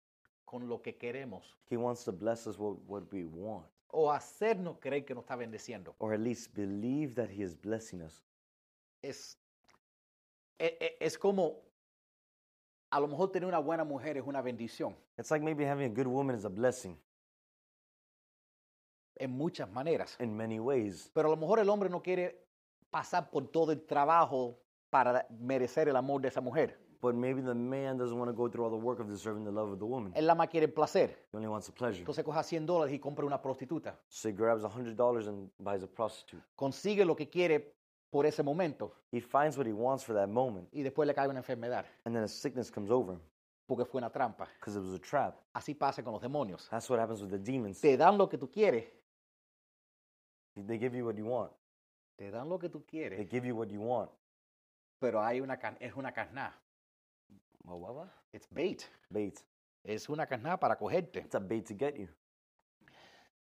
Speaker 2: con lo que queremos.
Speaker 1: he wants to bless us what, what we want,
Speaker 2: O hacernos creer que nos está bendeciendo.
Speaker 1: or at least believe that he is blessing us.
Speaker 2: Es, e- e- es como, a lo mejor tener una buena mujer es una bendición.
Speaker 1: It's like maybe having a good woman is a blessing
Speaker 2: En muchas maneras.
Speaker 1: in many ways.
Speaker 2: Pero a lo mejor el hombre no quiere pasar por todo el trabajo para merecer el amor de esa mujer.
Speaker 1: But maybe the man doesn't want to go through all the work of deserving the love of the woman.
Speaker 2: Él la más quiere el placer.
Speaker 1: He only wants the pleasure.
Speaker 2: Entonces coja 100 dólares y compra una prostituta.
Speaker 1: So he grabs $100 and buys a prostitute.
Speaker 2: Consigue lo que quiere por ese momento
Speaker 1: He finds what he wants for that moment,
Speaker 2: y después le cae una enfermedad
Speaker 1: and then a sickness comes over him
Speaker 2: porque fue una trampa.
Speaker 1: because it was a trap.
Speaker 2: Así pasa con los demonios.
Speaker 1: That's what happens with the demons.
Speaker 2: Te dan lo que tú quieres.
Speaker 1: They give you what you want.
Speaker 2: Te dan lo que tú
Speaker 1: They
Speaker 2: quieres.
Speaker 1: give you what you want.
Speaker 2: Pero hay una can- es una carná.
Speaker 1: Mawaba?
Speaker 2: It's bait.
Speaker 1: Bait.
Speaker 2: Es una carná para cogerte.
Speaker 1: It's a bait to get you.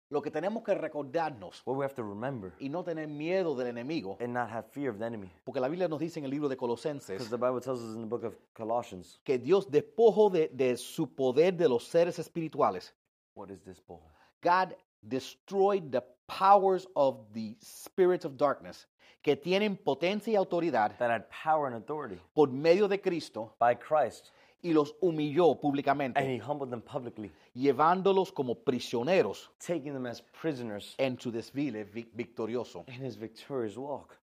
Speaker 2: Lo que tenemos que recordarnos
Speaker 1: What we have to remember
Speaker 2: y no tener miedo del enemigo,
Speaker 1: and not have fear of the enemy.
Speaker 2: porque la Biblia nos dice en el libro de
Speaker 1: Because
Speaker 2: Colosenses
Speaker 1: the Bible tells us in the book of Colossians,
Speaker 2: que Dios despojo de, de su poder de los seres espirituales.
Speaker 1: what is this bowl?
Speaker 2: God destroyed the powers of the spirits of darkness que tienen potencia y autoridad
Speaker 1: That had power and authority
Speaker 2: por medio de Cristo
Speaker 1: by Christ.
Speaker 2: y los humilló
Speaker 1: And
Speaker 2: públicamente,
Speaker 1: he humbled them publicly,
Speaker 2: llevándolos como prisioneros
Speaker 1: taking them as prisoners
Speaker 2: en su desfile vi- victorioso.
Speaker 1: in his victorious walk.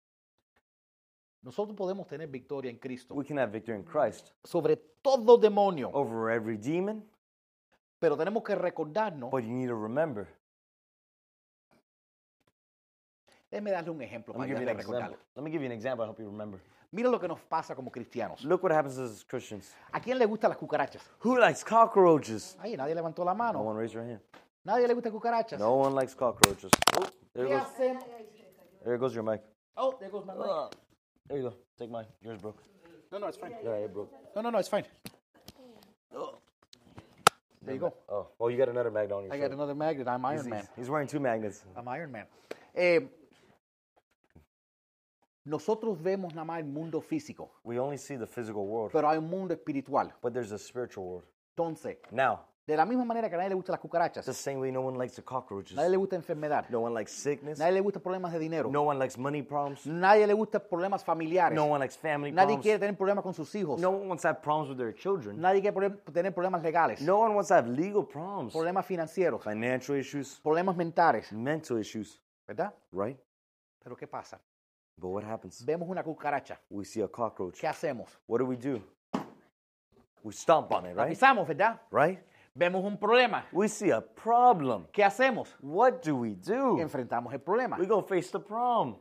Speaker 2: Nosotros podemos tener victoria en Cristo
Speaker 1: We can have victory in Christ
Speaker 2: sobre todo demonio,
Speaker 1: over every demon,
Speaker 2: pero tenemos que recordarnos.
Speaker 1: but you need to remember.
Speaker 2: Déjeme darle un ejemplo
Speaker 1: Let me
Speaker 2: para
Speaker 1: give you
Speaker 2: ayudarle
Speaker 1: an
Speaker 2: a recordarlo.
Speaker 1: example. Let me give you an example to help you remember.
Speaker 2: Mira lo que nos pasa como cristianos.
Speaker 1: Look what happens as Christians.
Speaker 2: ¿A quién le gustan las cucarachas?
Speaker 1: Who likes cockroaches?
Speaker 2: Ahí nadie levantó la
Speaker 1: No
Speaker 2: mano.
Speaker 1: one raised their hand.
Speaker 2: Nadie le gusta cucarachas.
Speaker 1: No one likes cockroaches. Oh, there,
Speaker 2: ¿Qué
Speaker 1: goes,
Speaker 2: hacen?
Speaker 1: there goes your mic.
Speaker 2: Oh, there goes my mic.
Speaker 1: Ugh. There you go. Take mine. Yours broke.
Speaker 2: No, no, it's fine.
Speaker 1: Yeah, it broke.
Speaker 2: No, no, no, it's fine. There you go.
Speaker 1: Oh, well, you got another magnet on your
Speaker 2: I
Speaker 1: shirt.
Speaker 2: got another magnet. I'm Iron Man.
Speaker 1: He's, he's wearing two magnets.
Speaker 2: I'm Iron Man. Eh, nosotros vemos nada más el mundo físico,
Speaker 1: We only see the physical world,
Speaker 2: pero hay un mundo espiritual.
Speaker 1: but there's a spiritual world.
Speaker 2: Entonces,
Speaker 1: Now,
Speaker 2: de la misma manera que a nadie le gustan las
Speaker 1: it's the
Speaker 2: cucarachas,
Speaker 1: same way no one likes the cockroaches.
Speaker 2: nadie le gusta enfermedad,
Speaker 1: No one likes sickness.
Speaker 2: nadie le gusta problemas de dinero,
Speaker 1: No one likes money problems.
Speaker 2: nadie le gusta problemas familiares,
Speaker 1: No one likes family
Speaker 2: nadie
Speaker 1: problems.
Speaker 2: quiere tener problemas con sus hijos,
Speaker 1: No one wants to have problems with their children.
Speaker 2: nadie quiere problem- tener problemas legales,
Speaker 1: No one wants to have legal problems.
Speaker 2: problemas financieros,
Speaker 1: Financial issues,
Speaker 2: problemas mentales,
Speaker 1: mental issues,
Speaker 2: ¿verdad?
Speaker 1: right?
Speaker 2: Pero ¿qué pasa?
Speaker 1: But what happens?
Speaker 2: Vemos una cucaracha,
Speaker 1: We see a cockroach.
Speaker 2: ¿qué hacemos?
Speaker 1: What do we do? We stomp on it,
Speaker 2: La
Speaker 1: right?
Speaker 2: pisamos, ¿verdad?
Speaker 1: Right?
Speaker 2: Vemos un problema.
Speaker 1: We see a problem.
Speaker 2: ¿Qué hacemos?
Speaker 1: What do we do?
Speaker 2: Enfrentamos el problema.
Speaker 1: We go face the problem.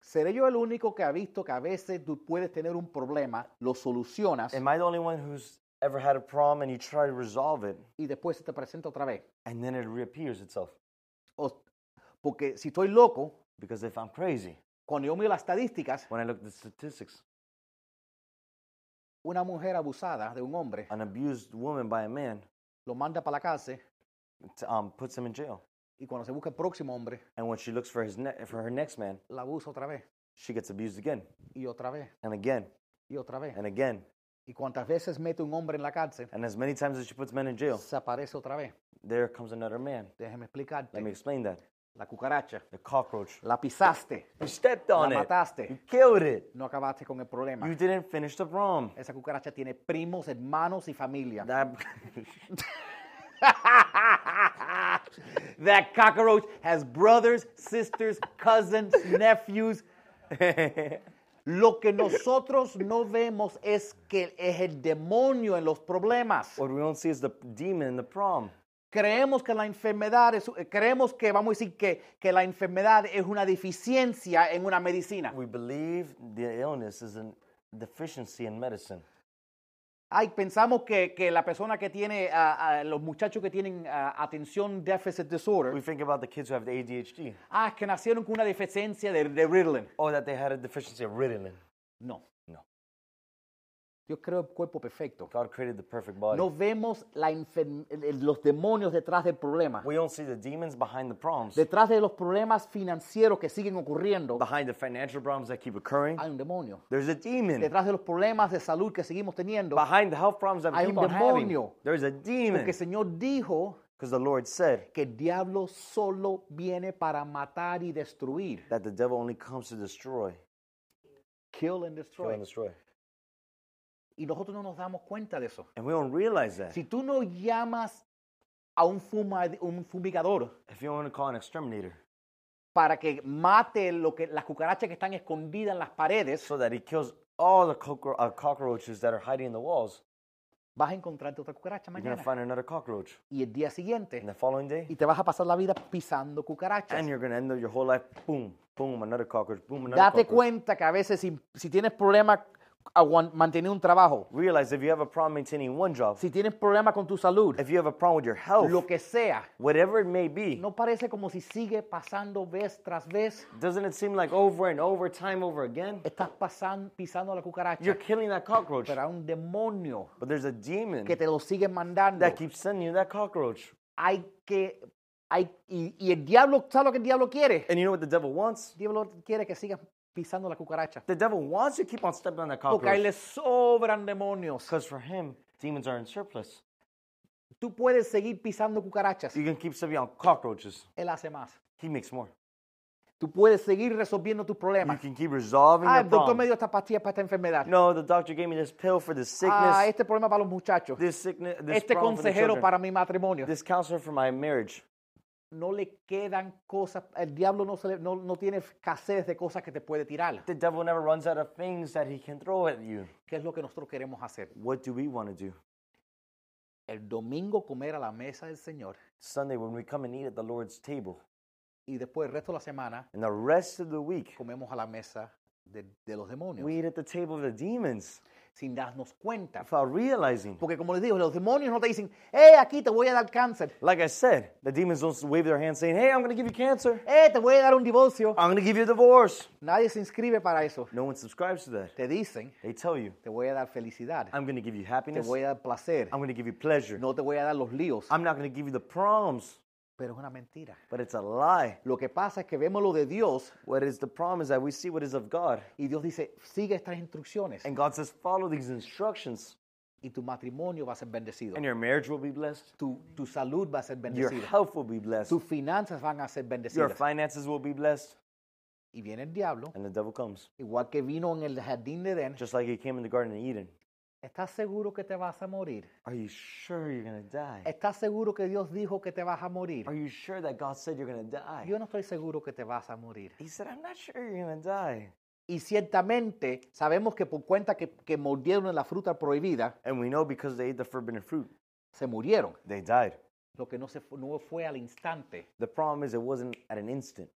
Speaker 2: ¿Seré yo el único que ha visto que a veces tú puedes tener un problema, lo solucionas
Speaker 1: Am I the only one who's ever had a problem and you try to resolve it
Speaker 2: y después se te presenta otra vez?
Speaker 1: and then it reappears itself?
Speaker 2: O- porque si estoy loco,
Speaker 1: Because if I'm crazy,
Speaker 2: cuando yo miro las estadísticas,
Speaker 1: when I look at the statistics,
Speaker 2: una mujer abusada de un hombre
Speaker 1: an abused woman by a man,
Speaker 2: lo manda para la cárcel
Speaker 1: t- um, puts him in jail.
Speaker 2: y cuando se busca el próximo hombre,
Speaker 1: And when she looks for his ne- for her next man,
Speaker 2: la abusa otra vez
Speaker 1: she gets abused again
Speaker 2: y otra vez
Speaker 1: and again
Speaker 2: y otra vez.
Speaker 1: and again.
Speaker 2: Y cuantas veces mete un hombre en la cárcel,
Speaker 1: And as many times as she puts men in jail,
Speaker 2: se aparece otra vez.
Speaker 1: there comes another man.
Speaker 2: Déjame explicarte.
Speaker 1: Let me explain that.
Speaker 2: La cucaracha,
Speaker 1: The cockroach.
Speaker 2: la pisaste,
Speaker 1: You stepped
Speaker 2: la
Speaker 1: on it. You
Speaker 2: mataste,
Speaker 1: killed it.
Speaker 2: no acabaste con el problema.
Speaker 1: You didn't finish the prom.
Speaker 2: Esa cucaracha tiene primos, hermanos y familia.
Speaker 1: *laughs* That
Speaker 2: That cockroach has brothers, sisters, *laughs* cousins, nephews. Lo que nosotros no vemos es que es el demonio en los problemas.
Speaker 1: what we don't see is the demon in the prom.
Speaker 2: Creemos que la enfermedad es, eh, creemos que vamos a decir que, que la enfermedad es una deficiencia en una medicina.
Speaker 1: We believe the illness is a deficiency in medicine.
Speaker 2: Ay, pensamos que, que la persona que tiene, ah, ah, los muchachos que tienen ah, atención deficit disorder,
Speaker 1: We think about the kids who have the ADHD.
Speaker 2: ah, es que nacieron con una deficiencia de, de Ritalin.
Speaker 1: Oh, that they had a deficiency of Ritalin.
Speaker 2: No.
Speaker 1: No.
Speaker 2: Dios creó el cuerpo perfecto.
Speaker 1: God created the perfect body.
Speaker 2: No vemos la enfer- el- el- los demonios detrás del problema.
Speaker 1: We don't see the demons behind the problems.
Speaker 2: Detrás de los problemas financieros que siguen ocurriendo,
Speaker 1: behind the financial problems that keep occurring,
Speaker 2: hay un demonio.
Speaker 1: there's a demon.
Speaker 2: Detrás de los problemas de salud que seguimos teniendo,
Speaker 1: Behind the health problems that we
Speaker 2: Hay
Speaker 1: keep
Speaker 2: un
Speaker 1: on having,
Speaker 2: demonio.
Speaker 1: there's a
Speaker 2: porque
Speaker 1: demon.
Speaker 2: el Señor dijo
Speaker 1: Because the Lord said
Speaker 2: que el diablo solo viene para matar y destruir.
Speaker 1: that the devil only comes to destroy.
Speaker 2: Kill and
Speaker 1: Kill
Speaker 2: destroy.
Speaker 1: and destroy.
Speaker 2: Y nosotros no nos damos cuenta de eso.
Speaker 1: And we don't realize that.
Speaker 2: Si tú no llamas a un, fuma- un fumigador
Speaker 1: If you want to call an exterminator,
Speaker 2: para que mate lo que, las cucarachas que están escondidas en las paredes,
Speaker 1: so that he kills all the cockro- uh, cockroaches that are hiding in the
Speaker 2: Oh
Speaker 1: walls,
Speaker 2: vas a encontrarte otra cucaracha
Speaker 1: you're going to
Speaker 2: mañana
Speaker 1: find another cockroach.
Speaker 2: y el día siguiente
Speaker 1: And the following day,
Speaker 2: y te vas a pasar la vida pisando cucarachas.
Speaker 1: and you're going to end up your whole life, boom, boom, another cockroach, boom, another
Speaker 2: Date
Speaker 1: cockroach.
Speaker 2: cuenta que a veces si, si tienes problemas aguan- mantener un trabajo,
Speaker 1: Realize if you have a problem maintaining one job,
Speaker 2: si tienes problemas con tu salud,
Speaker 1: if you have a problem with your health,
Speaker 2: lo que sea,
Speaker 1: whatever it may be,
Speaker 2: no parece como si sigue pasando vez tras vez,
Speaker 1: doesn't it seem like over and over, time over again?
Speaker 2: estás pasan- pisando la cucaracha,
Speaker 1: You're killing that cockroach.
Speaker 2: pero hay un demonio
Speaker 1: But there's a demon
Speaker 2: que te lo sigue mandando.
Speaker 1: that keeps sending you that cockroach.
Speaker 2: Hay que, hay, y, y el diablo, ¿sabes lo que el diablo quiere?
Speaker 1: And you know what the devil wants?
Speaker 2: El diablo quiere que sigas pisando la cucaracha.
Speaker 1: The devil wants you to keep on stepping on that
Speaker 2: Porque
Speaker 1: cockroach.
Speaker 2: ahí le sobran demonios.
Speaker 1: Because for him, demons are in surplus.
Speaker 2: Tú puedes seguir pisando cucarachas.
Speaker 1: You can keep stepping on cockroaches.
Speaker 2: Él hace más.
Speaker 1: He makes more.
Speaker 2: Tú puedes seguir resolviendo tus
Speaker 1: You
Speaker 2: problemas.
Speaker 1: can keep resolving
Speaker 2: Ah,
Speaker 1: your
Speaker 2: el doctor
Speaker 1: problem.
Speaker 2: me dio esta pastilla para esta enfermedad.
Speaker 1: No, the doctor gave me this pill for this sickness.
Speaker 2: Ah, este problema para los muchachos.
Speaker 1: this sickness. This
Speaker 2: Este
Speaker 1: problem for the
Speaker 2: consejero
Speaker 1: children,
Speaker 2: para mi matrimonio.
Speaker 1: This counselor for my marriage.
Speaker 2: No le quedan cosas. El diablo no, se le- no, no tiene escasez de cosas que te puede tirar.
Speaker 1: The devil never runs out of things that he can throw at you.
Speaker 2: ¿Qué es lo que nosotros queremos hacer?
Speaker 1: What do we want to do?
Speaker 2: El domingo comer a la mesa del Señor
Speaker 1: Sunday, when we come and eat at the Lord's table,
Speaker 2: y después el resto de la semana
Speaker 1: and the rest of the week,
Speaker 2: comemos a la mesa de, de los demonios
Speaker 1: we eat at the table of the demons
Speaker 2: sin darnos cuenta.
Speaker 1: without realizing.
Speaker 2: Porque como les digo, los demonios no te dicen, eh, aquí te voy a dar cáncer,
Speaker 1: Like I said, the demons don't wave their hands saying, Hey, I'm going to give you cancer.
Speaker 2: eh, te voy a dar un divorcio.
Speaker 1: I'm going to give you a divorce.
Speaker 2: Nadie se inscribe para eso.
Speaker 1: No one subscribes to that.
Speaker 2: Te dicen,
Speaker 1: They tell you,
Speaker 2: te voy a dar felicidad,
Speaker 1: I'm going to give you
Speaker 2: te
Speaker 1: happiness.
Speaker 2: voy a dar placer,
Speaker 1: I'm going to give you pleasure.
Speaker 2: no te voy a dar los líos.
Speaker 1: I'm not going to give you the proms,
Speaker 2: Pero es una mentira.
Speaker 1: but it's a lie.
Speaker 2: Lo que pasa es que vemos lo de Dios
Speaker 1: What is the prom is that we see what is of God.
Speaker 2: y Dios dice, sigue estas instrucciones
Speaker 1: And God says, follow these instructions,
Speaker 2: y tu matrimonio va a ser bendecido.
Speaker 1: and your marriage will be blessed.
Speaker 2: Tu, tu salud va a ser
Speaker 1: Your
Speaker 2: bendecida.
Speaker 1: health will be blessed.
Speaker 2: Tus finanzas van a ser
Speaker 1: Your
Speaker 2: bendecidas.
Speaker 1: finances will be blessed.
Speaker 2: Y viene el diablo,
Speaker 1: And the devil comes,
Speaker 2: igual que vino en el jardín de Edén.
Speaker 1: just like he came in the Garden of Eden.
Speaker 2: ¿Estás seguro que te vas a morir?
Speaker 1: Are you sure you're going to die?
Speaker 2: ¿Estás seguro que Dios dijo que te vas a morir?
Speaker 1: Are you sure that God said you're going to die?
Speaker 2: Yo no estoy seguro que te vas a morir.
Speaker 1: He said, I'm not sure you're going to die.
Speaker 2: Y ciertamente sabemos que por cuenta que, que mordieron en la fruta prohibida,
Speaker 1: And we know because they ate the forbidden fruit,
Speaker 2: se murieron.
Speaker 1: they died.
Speaker 2: Lo que no, se, fu- no fue al instante
Speaker 1: The problem is, it wasn't at an instant,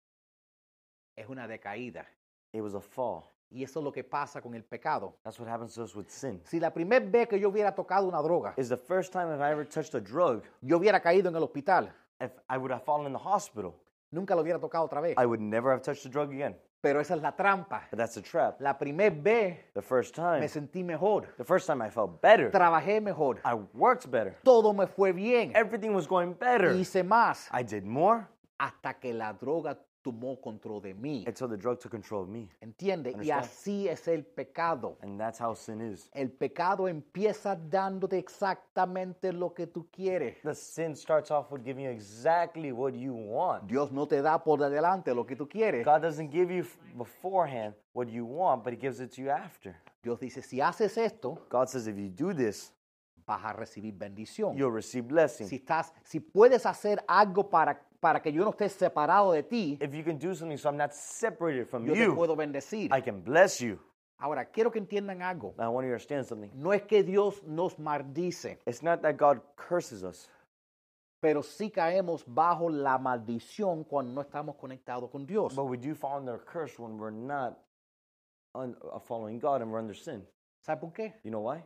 Speaker 2: es una decaída.
Speaker 1: it was a fall.
Speaker 2: Y eso es lo que pasa con el pecado.
Speaker 1: That's what happens to us with sin.
Speaker 2: Si la primera vez que yo hubiera tocado una droga,
Speaker 1: It's the first time if I ever touched a drug,
Speaker 2: yo hubiera caído en el hospital,
Speaker 1: if I would have fallen in the hospital,
Speaker 2: nunca lo hubiera tocado otra vez.
Speaker 1: I would never have touched a drug again.
Speaker 2: Pero esa es la trampa.
Speaker 1: But that's a trap.
Speaker 2: La primer vez
Speaker 1: The first time,
Speaker 2: me sentí mejor.
Speaker 1: the first time I felt better.
Speaker 2: Trabajé mejor.
Speaker 1: I worked better.
Speaker 2: Todo me fue bien.
Speaker 1: Everything was going better.
Speaker 2: Hice más.
Speaker 1: I did more
Speaker 2: Hasta que la droga tomó control de mí.
Speaker 1: until the drug took control of me.
Speaker 2: ¿Entiende? Y
Speaker 1: Understand.
Speaker 2: así es el pecado.
Speaker 1: And that's how sin is.
Speaker 2: El pecado empieza dándote exactamente lo que tú quieres.
Speaker 1: The sin starts off with giving you exactly what you want.
Speaker 2: Dios no te da por adelante lo que tú quieres.
Speaker 1: God doesn't give you f- beforehand what you want, but He gives it to you after.
Speaker 2: Dios dice, si haces esto,
Speaker 1: God says, if you do this,
Speaker 2: vas a recibir bendición.
Speaker 1: you'll receive blessing.
Speaker 2: Si estás, si puedes hacer algo para, para que yo no esté separado de ti,
Speaker 1: If you can do something so I'm not separated from
Speaker 2: yo te
Speaker 1: you,
Speaker 2: puedo bendecir.
Speaker 1: I can bless you.
Speaker 2: Ahora, quiero que entiendan algo.
Speaker 1: Now, I want you to understand something.
Speaker 2: No es que Dios nos maldice,
Speaker 1: It's not that God curses us,
Speaker 2: pero sí caemos bajo la maldición cuando no estamos conectados con Dios.
Speaker 1: but we do fall under a curse when we're not un- uh, following God and we're under sin.
Speaker 2: ¿Sabe por qué?
Speaker 1: You know why?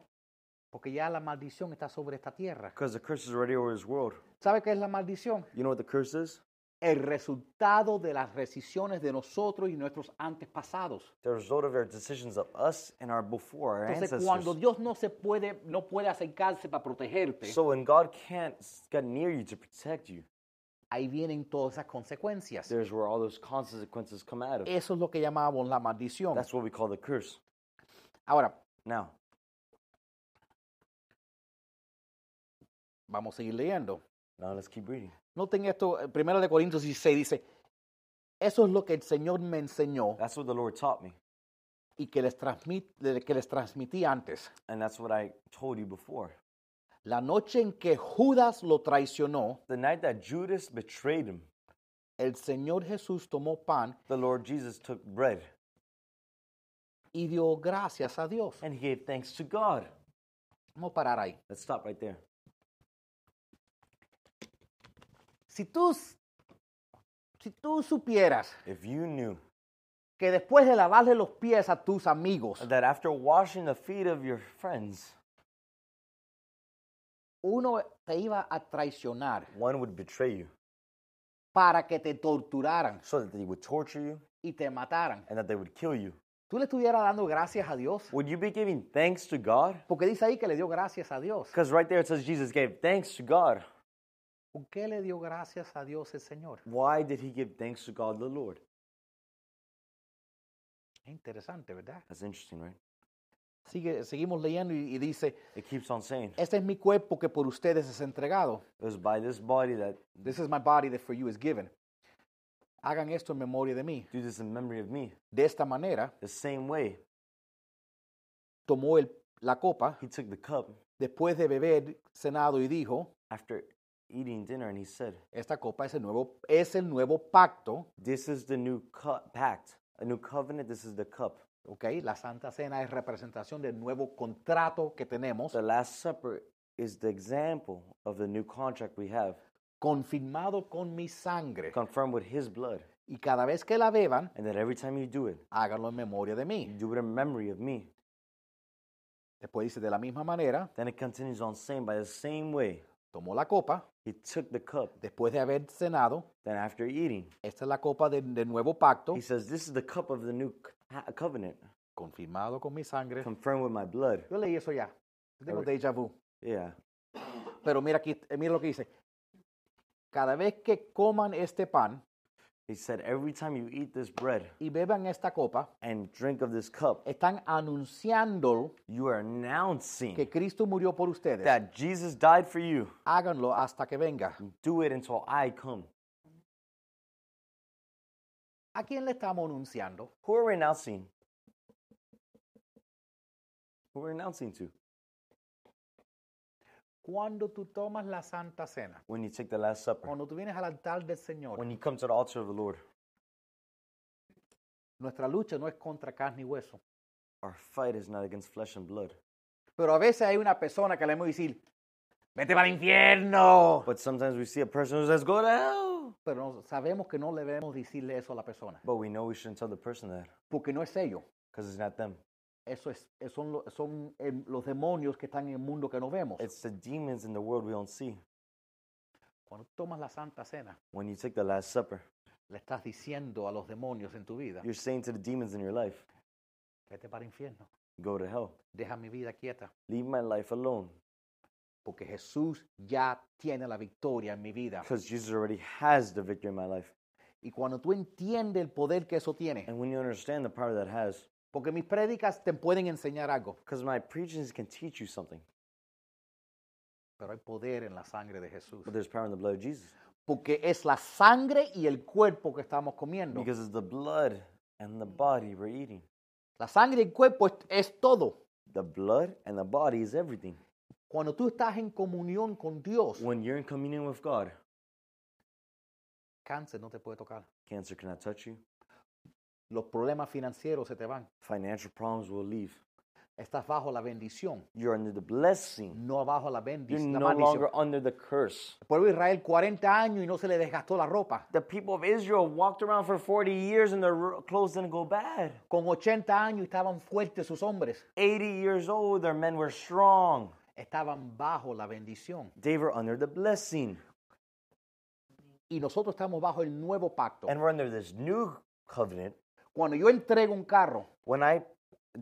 Speaker 2: Porque ya la maldición está sobre esta tierra.
Speaker 1: Because the curse is already over this world.
Speaker 2: ¿Sabe qué es la maldición?
Speaker 1: You know what the curse is?
Speaker 2: El resultado de las decisiones de nosotros y nuestros antepasados.
Speaker 1: The result of our decisions of us and our before, our
Speaker 2: Entonces,
Speaker 1: ancestors.
Speaker 2: cuando Dios no se puede, no puede acercarse para protegerte,
Speaker 1: So when God can't s- get near you to protect you,
Speaker 2: ahí vienen todas esas consecuencias.
Speaker 1: there's where all those consequences come out of.
Speaker 2: Eso es lo que llamamos la maldición.
Speaker 1: That's what we call the curse.
Speaker 2: Ahora,
Speaker 1: Now,
Speaker 2: vamos a seguir leyendo.
Speaker 1: now let's keep reading.
Speaker 2: Noten esto, eh, primero de Corintios 16 dice, eso es lo que el Señor me enseñó
Speaker 1: That's what the Lord taught me,
Speaker 2: y que les, transmit- de- que les transmití antes.
Speaker 1: and that's what I told you before.
Speaker 2: La noche en que Judas lo traicionó,
Speaker 1: The night that Judas betrayed him,
Speaker 2: el Señor Jesús tomó pan
Speaker 1: the Lord Jesus took bread
Speaker 2: y dio gracias a Dios.
Speaker 1: and he gave thanks to God.
Speaker 2: Vamos a parar ahí.
Speaker 1: Let's stop right there.
Speaker 2: Si tú, si tú supieras
Speaker 1: If you knew
Speaker 2: que después de lavarle los pies a tus amigos,
Speaker 1: that after washing the feet of your friends,
Speaker 2: uno te iba a traicionar
Speaker 1: one would betray you
Speaker 2: para que te torturaran
Speaker 1: so that they would torture you
Speaker 2: y te mataran,
Speaker 1: and that they would kill you,
Speaker 2: tú le estuvieras dando gracias a Dios.
Speaker 1: would you be giving thanks to God?
Speaker 2: Porque dice ahí que le dio gracias a Dios.
Speaker 1: Because right there it says Jesus gave thanks to God.
Speaker 2: ¿Por qué le dio gracias a Dios el Señor?
Speaker 1: Why did he give thanks to God the Lord?
Speaker 2: Es interesante, ¿verdad?
Speaker 1: That's interesting, right?
Speaker 2: Sigue, seguimos leyendo y, y dice,
Speaker 1: It keeps on saying,
Speaker 2: este es mi cuerpo que por ustedes es entregado.
Speaker 1: it was by this body that
Speaker 2: This is my body that for you is given. Hagan esto en memoria de mí.
Speaker 1: do this in memory of me.
Speaker 2: De esta manera,
Speaker 1: The same way
Speaker 2: tomó el- la copa
Speaker 1: he took the cup
Speaker 2: después de beber cenado y dijo,
Speaker 1: after eating dinner and he said,
Speaker 2: esta copa es el nuevo, es el nuevo pacto,
Speaker 1: This is the new cu- pact, a new covenant. This is the cup.
Speaker 2: ¿ok? La Santa Cena es representación del nuevo contrato que tenemos,
Speaker 1: The Last Supper is the example of the new contract we have,
Speaker 2: confirmado con mi sangre.
Speaker 1: confirmed with his blood.
Speaker 2: Y cada vez que la beban,
Speaker 1: And that every time you do it,
Speaker 2: háganlo en memoria de
Speaker 1: you
Speaker 2: mí.
Speaker 1: do it in memory of me.
Speaker 2: Después dice, de la misma manera,
Speaker 1: Then it continues on saying, By the same way
Speaker 2: tomó la copa,
Speaker 1: he took the cup,
Speaker 2: después de haber cenado,
Speaker 1: then after eating,
Speaker 2: esta es la copa de- del nuevo pacto,
Speaker 1: He says, This is the cup of the new co- uh, covenant,
Speaker 2: confirmado con mi sangre.
Speaker 1: confirmed with my blood.
Speaker 2: Yo leí eso ya, Yo tengo déjà vu.
Speaker 1: Yeah.
Speaker 2: Pero mira, aquí, eh, mira lo que dice. Cada vez que coman este pan
Speaker 1: He said, Every time you eat this bread
Speaker 2: y beban esta copa,
Speaker 1: and drink of this cup,
Speaker 2: están anunciando
Speaker 1: you are announcing
Speaker 2: que Cristo murió por ustedes.
Speaker 1: that Jesus died for you.
Speaker 2: Háganlo hasta que venga.
Speaker 1: Do it until I come.
Speaker 2: ¿A quién le estamos anunciando?
Speaker 1: Who are we announcing? Who are we announcing to?
Speaker 2: Cuando tú tomas la Santa Cena,
Speaker 1: When you take the Last Supper,
Speaker 2: cuando tú vienes al altar del Señor,
Speaker 1: when you come to the altar of the Lord,
Speaker 2: nuestra lucha no es contra carne y hueso.
Speaker 1: our fight is not against flesh and blood.
Speaker 2: Pero a veces hay una persona que le hemos decir, vete para el infierno.
Speaker 1: But sometimes we see a person who says, Go to hell.
Speaker 2: Pero no- sabemos que no le debemos decirle eso a la persona,
Speaker 1: But we know we shouldn't tell the person that
Speaker 2: porque no es ello.
Speaker 1: because it's not them.
Speaker 2: Eso es, eh, son, lo- son eh, los demonios que están en el mundo que no vemos.
Speaker 1: It's the demons in the world we don't see.
Speaker 2: Cuando tomas la Santa Cena,
Speaker 1: When you take the Last Supper,
Speaker 2: Le estás diciendo a los demonios en tu vida,
Speaker 1: You're saying to the demons in your life,
Speaker 2: vete para el infierno,
Speaker 1: go to hell.
Speaker 2: deja mi vida quieta,
Speaker 1: Leave my life alone.
Speaker 2: porque Jesús ya tiene la victoria en mi vida.
Speaker 1: Because Jesus already has the victory in my life.
Speaker 2: Y cuando tú entiendes el poder que eso tiene,
Speaker 1: And when you understand the power that has,
Speaker 2: porque mis prédicas te pueden enseñar algo,
Speaker 1: because my preachings can teach you something,
Speaker 2: pero hay poder en la sangre de Jesús.
Speaker 1: but there's power in the blood of Jesus.
Speaker 2: Porque es la sangre y el cuerpo que estamos comiendo.
Speaker 1: Because it's the blood and the body we're eating.
Speaker 2: La sangre y el cuerpo es, es todo.
Speaker 1: The blood and the body is everything.
Speaker 2: Cuando tú estás en comunión con Dios,
Speaker 1: When you're in communion with God,
Speaker 2: cáncer no te puede tocar.
Speaker 1: cancer cannot touch you.
Speaker 2: Los problemas financieros se te van.
Speaker 1: Financial problems will leave.
Speaker 2: Estás bajo la bendición,
Speaker 1: You're under the blessing.
Speaker 2: no bajo la
Speaker 1: You're
Speaker 2: bendición.
Speaker 1: no longer under the curse.
Speaker 2: El pueblo de Israel 40 años y no se le desgastó la ropa.
Speaker 1: The people of Israel walked around for 40 years and their ro- clothes didn't go bad.
Speaker 2: Con 80 años estaban fuertes sus hombres.
Speaker 1: 80 years old, their men were strong.
Speaker 2: Estaban bajo la bendición.
Speaker 1: They were under the blessing.
Speaker 2: Y nosotros estamos bajo el nuevo pacto.
Speaker 1: And we're under this new covenant.
Speaker 2: Cuando yo entrego un carro
Speaker 1: When I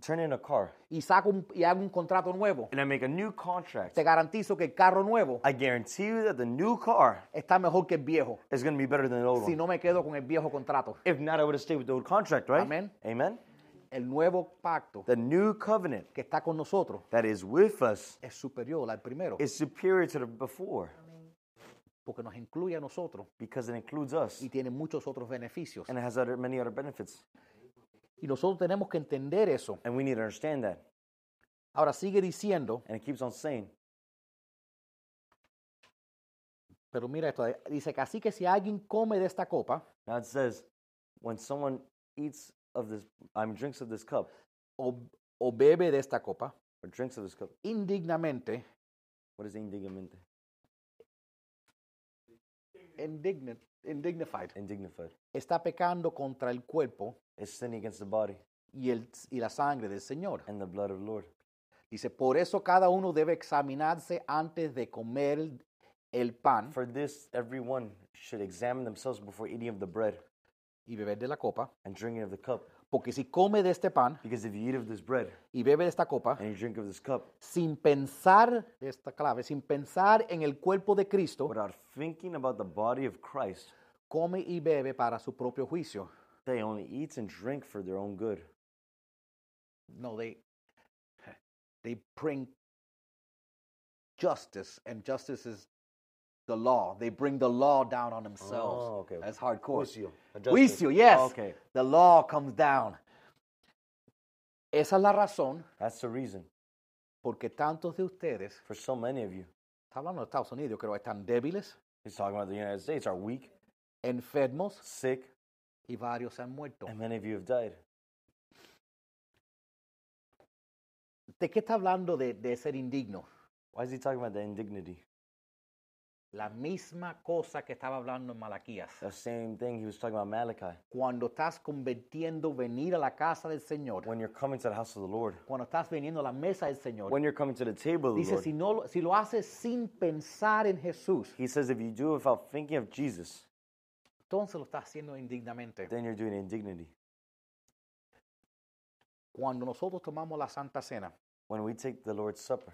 Speaker 1: turn in a car
Speaker 2: y, saco un- y hago un contrato nuevo,
Speaker 1: and I make a new contract,
Speaker 2: te garantizo que el carro nuevo
Speaker 1: I guarantee you that the new car
Speaker 2: está mejor que el viejo.
Speaker 1: is going to be better than the old
Speaker 2: Si
Speaker 1: one.
Speaker 2: no me quedo con el viejo contrato.
Speaker 1: If not, I would have stayed with the old contract, right?
Speaker 2: Amen.
Speaker 1: Amen.
Speaker 2: El nuevo pacto
Speaker 1: The new covenant
Speaker 2: que está con nosotros
Speaker 1: that is with us
Speaker 2: es superior al primero
Speaker 1: is superior to the before
Speaker 2: porque nos incluye a nosotros
Speaker 1: because it includes us
Speaker 2: y tiene muchos otros beneficios.
Speaker 1: and it has other, many other benefits.
Speaker 2: Y nosotros tenemos que entender eso.
Speaker 1: And we need to understand that.
Speaker 2: Ahora sigue diciendo,
Speaker 1: And it keeps on saying,
Speaker 2: pero mira esto, eh, dice que así que si alguien come de esta copa
Speaker 1: now it says, when someone eats of this, I mean, drinks of this cup,
Speaker 2: o, o bebe de esta copa
Speaker 1: or drinks of this cup,
Speaker 2: indignamente,
Speaker 1: what is indignamente?
Speaker 2: indigni- indignified,
Speaker 1: Indignified.
Speaker 2: está pecando contra el cuerpo
Speaker 1: It's sinning against the body
Speaker 2: y, el, y la sangre del Señor.
Speaker 1: and the blood of the Lord.
Speaker 2: Dice, por eso cada uno debe examinarse antes de comer el- el pan
Speaker 1: For this, everyone should examine themselves before eating of the bread
Speaker 2: y beber de la copa,
Speaker 1: and drinking of the cup.
Speaker 2: porque si come de este pan
Speaker 1: Because if you eat of this bread
Speaker 2: y bebe de esta copa,
Speaker 1: and you drink of this cup,
Speaker 2: sin pensar, esta clave, sin pensar en el cuerpo de Cristo,
Speaker 1: without thinking about the body of Christ,
Speaker 2: come y bebe para su propio juicio.
Speaker 1: they only eat and drink for their own good.
Speaker 2: No, they, they bring justice, and justice is the law. They bring the law down on themselves.
Speaker 1: Oh, okay.
Speaker 2: That's hardcore.
Speaker 1: Juicio.
Speaker 2: Juicio, yes.
Speaker 1: okay,
Speaker 2: The law comes down. Esa es la razón
Speaker 1: that's the reason
Speaker 2: porque tantos de ustedes,
Speaker 1: for so many of you.
Speaker 2: está hablando de Estados Unidos, yo creo, están débiles,
Speaker 1: He's talking about the United States are weak,
Speaker 2: enfermos
Speaker 1: sick,
Speaker 2: y varios se han muerto.
Speaker 1: and many of you have died.
Speaker 2: ¿De qué está hablando de, de ser indigno?
Speaker 1: Why is he talking about the indignity?
Speaker 2: La misma cosa que estaba hablando en Malaquías.
Speaker 1: The same thing he was talking about Malachi.
Speaker 2: Cuando estás convirtiendo venir a la casa del Señor,
Speaker 1: When you're coming to the house of the Lord,
Speaker 2: cuando estás viniendo a la mesa del Señor,
Speaker 1: when you're coming to the table of the
Speaker 2: dice,
Speaker 1: Lord,
Speaker 2: si, no, lo- si lo haces sin pensar en Jesús,
Speaker 1: he says if you do it without thinking of Jesus,
Speaker 2: entonces lo estás haciendo indignamente.
Speaker 1: then you're doing indignity.
Speaker 2: Cuando nosotros tomamos la Santa Cena,
Speaker 1: When we take the Lord's Supper,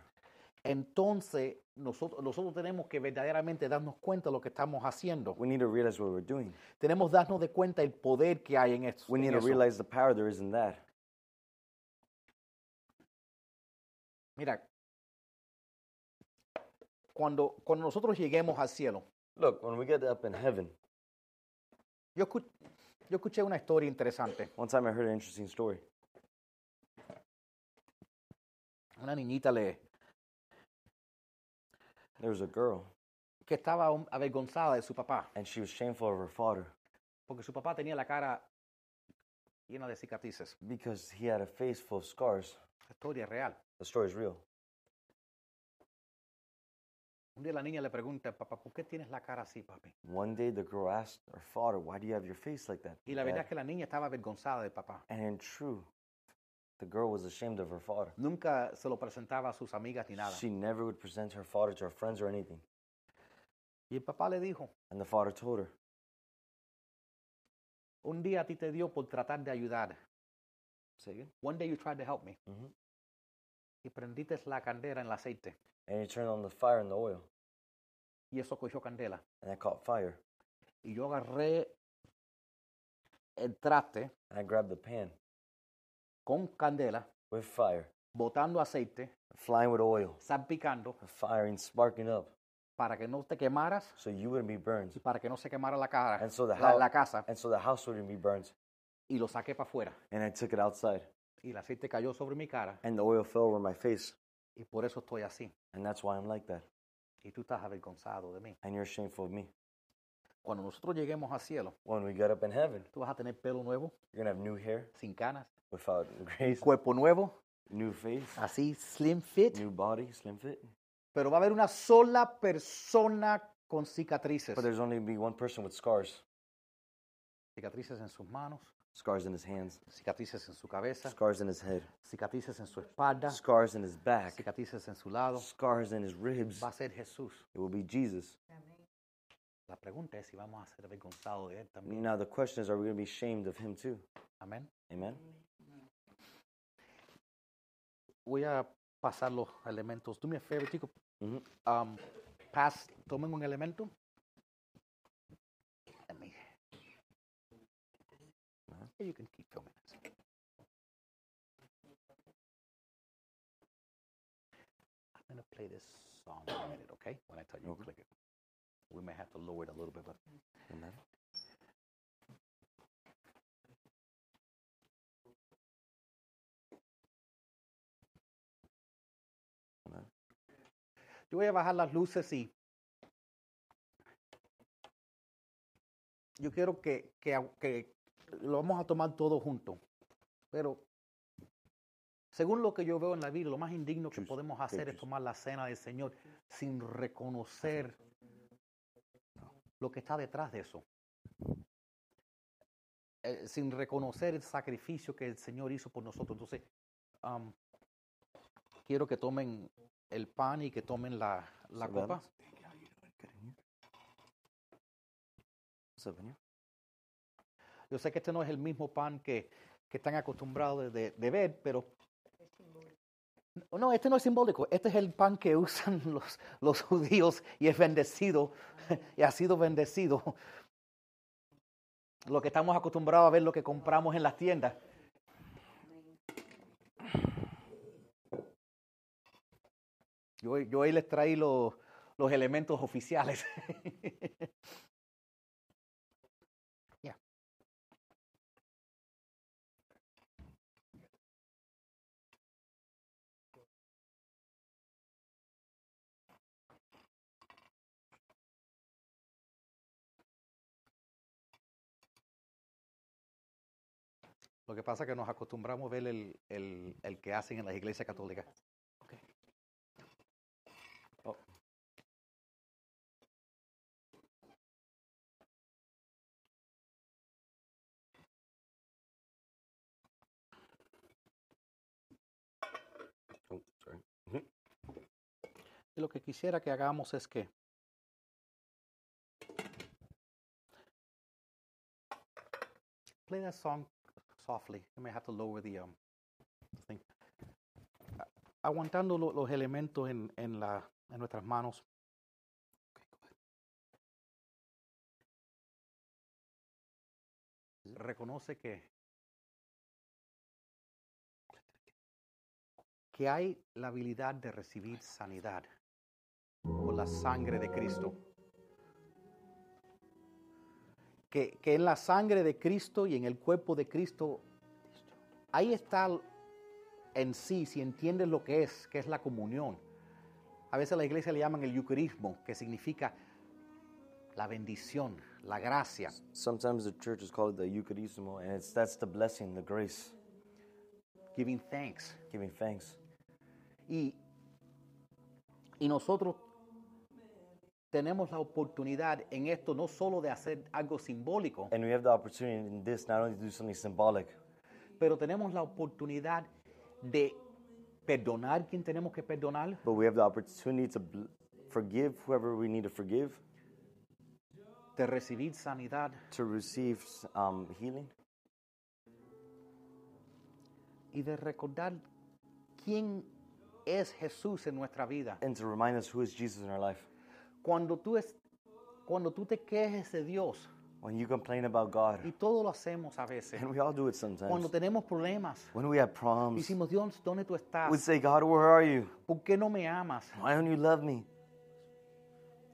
Speaker 2: entonces nosotros, nosotros tenemos que verdaderamente darnos cuenta de lo que estamos haciendo.
Speaker 1: we need to realize what we're doing.
Speaker 2: Tenemos que darnos de cuenta el poder que hay en esto.
Speaker 1: We need
Speaker 2: en
Speaker 1: to
Speaker 2: eso.
Speaker 1: realize the power there is in that.
Speaker 2: Mira, cuando, cuando nosotros lleguemos al cielo,
Speaker 1: Look, when we get up in heaven,
Speaker 2: yo, escu- yo escuché una historia interesante.
Speaker 1: one time I heard an interesting story.
Speaker 2: Una niñita le,
Speaker 1: There was a girl,
Speaker 2: que estaba un- avergonzada de su papá,
Speaker 1: and she was shameful of her father
Speaker 2: porque su papá tenía la cara llena de cicatrices.
Speaker 1: because he had a face full of scars.
Speaker 2: La historia es real.
Speaker 1: The story's real.
Speaker 2: Un día la niña le pregunta, papá, ¿por qué tienes la cara así, papi?
Speaker 1: One day the girl asked her father, Why do you have your face like that?
Speaker 2: Y la
Speaker 1: dad?"
Speaker 2: verdad es que la niña estaba avergonzada del papá.
Speaker 1: And in true, the girl was ashamed of her father.
Speaker 2: Nunca se lo presentaba a sus amigas ni nada.
Speaker 1: She never would present her father to her friends or anything.
Speaker 2: Y el papá le dijo,
Speaker 1: And the father told her,
Speaker 2: Un día a ti te dio por tratar de ayudar.
Speaker 1: Say again.
Speaker 2: One day you tried to help me.
Speaker 1: Mhm.
Speaker 2: Y prendiste la candela en el aceite.
Speaker 1: And you turned on the fire and the oil,
Speaker 2: Y eso cogió candela.
Speaker 1: and that caught fire.
Speaker 2: Y yo agarré el traste
Speaker 1: And I grabbed the pan
Speaker 2: con candela,
Speaker 1: with fire,
Speaker 2: botando aceite,
Speaker 1: flying with oil,
Speaker 2: salpicando,
Speaker 1: firing, sparking up,
Speaker 2: para que no te quemaras
Speaker 1: so you wouldn't be burned,
Speaker 2: y para que no se quemara la cara,
Speaker 1: And so the
Speaker 2: la,
Speaker 1: hou-
Speaker 2: la casa.
Speaker 1: and so the house wouldn't be burned.
Speaker 2: Y lo saqué para afuera.
Speaker 1: And I took it outside,
Speaker 2: Y el aceite cayó sobre mi cara.
Speaker 1: and the oil fell over my face,
Speaker 2: Y por eso estoy así.
Speaker 1: and that's why I'm like that.
Speaker 2: Y tú estás avergonzado de mí.
Speaker 1: And you're shameful of me.
Speaker 2: Cuando nosotros lleguemos al cielo,
Speaker 1: When we get up in heaven,
Speaker 2: tú vas a tener pelo nuevo,
Speaker 1: you're gonna have new hair
Speaker 2: sin canas,
Speaker 1: without *laughs* grace,
Speaker 2: cuerpo nuevo,
Speaker 1: new face,
Speaker 2: así slim fit.
Speaker 1: new body, slim fit.
Speaker 2: Pero va a haber una sola persona con cicatrices.
Speaker 1: But there's only be one person with scars,
Speaker 2: Cicatrices en sus manos,
Speaker 1: scars in his hands,
Speaker 2: cicatrices en su cabeza,
Speaker 1: scars in his head,
Speaker 2: cicatrices en su espalda,
Speaker 1: scars in his back,
Speaker 2: cicatrices en su lado.
Speaker 1: scars in his ribs.
Speaker 2: Va a ser Jesús.
Speaker 1: It will be Jesus.
Speaker 2: La pregunta es si vamos a ser avergonzados de Él también.
Speaker 1: Now the question is, are we gonna be shamed of him too?
Speaker 2: Amén.
Speaker 1: Amen.
Speaker 2: Voy a pasar los elementos. Do me a favor, chico.
Speaker 1: Mhm.
Speaker 2: Um, pass, tomen un elemento. Let me- You can keep filming this. I'm going to play this song in a minute, okay? When I tell you to click it. We may have to lower it a little bit, but
Speaker 1: Amen.
Speaker 2: yo voy a bajar las luces y yo quiero que, que, a- que lo vamos a tomar todo junto. Pero según lo que yo veo en la Biblia, lo más indigno que
Speaker 1: Chus,
Speaker 2: podemos hacer es
Speaker 1: chus.
Speaker 2: tomar la cena del Señor sin reconocer lo que está detrás de eso. Eh, sin reconocer el sacrificio que el Señor hizo por nosotros. Entonces, am, quiero que tomen el pan y que tomen la, la
Speaker 1: So
Speaker 2: copa.
Speaker 1: balance. Good in here. What's up in here?
Speaker 2: Yo sé que este no es el mismo pan que, que están acostumbrados de, de ver, pero... No, No, este no es simbólico. Este es el pan que usan *laughs* los, los judíos y es bendecido *laughs* y ha sido bendecido. Lo que estamos acostumbrados a ver, lo que compramos en las tiendas. Yo, yo ahí les traí los, los elementos oficiales. *laughs* Lo que pasa es que nos acostumbramos a ver el, el- el que hacen en las iglesias católicas.
Speaker 1: Oh. Oh, sorry.
Speaker 2: Y lo que quisiera que hagamos es que play that song softly. You may have to lower the um thing. A- Aguantando lo- los elementos en, en, la, en nuestras manos. Reconoce que que hay la habilidad de recibir sanidad por la sangre de Cristo. Que, que en la sangre de Cristo y en el cuerpo de Cristo, ahí está en sí, si entiendes lo que es, que es la comunión. A veces a la iglesia le llaman el eucarismo, que significa la bendición, la gracia.
Speaker 1: Sometimes the church is called the Eucharismo, and it's that's the blessing, the grace,
Speaker 2: Giving thanks.
Speaker 1: giving thanks.
Speaker 2: Y, y nosotros tenemos la oportunidad en esto no solo de hacer algo simbólico,
Speaker 1: And we have the opportunity in this not only to do something symbolic,
Speaker 2: pero tenemos la oportunidad de perdonar quien tenemos que perdonar,
Speaker 1: but we have the opportunity to bl- forgive whoever we need to forgive,
Speaker 2: de recibir sanidad
Speaker 1: to receive s- um, healing
Speaker 2: y de recordar quién es Jesús en nuestra vida.
Speaker 1: and to remind us who is Jesus in our life.
Speaker 2: Cuando tú, es, cuando tú te quejes de Dios,
Speaker 1: When you complain about God, *laughs*
Speaker 2: y todo lo hacemos a veces,
Speaker 1: and we all do it
Speaker 2: cuando
Speaker 1: sometimes,
Speaker 2: tenemos problemas,
Speaker 1: when we have problems,
Speaker 2: decimos, Dios, ¿dónde tú
Speaker 1: we
Speaker 2: estás?
Speaker 1: say, God, where are you?
Speaker 2: ¿Por qué no me amas?
Speaker 1: Why don't you love me?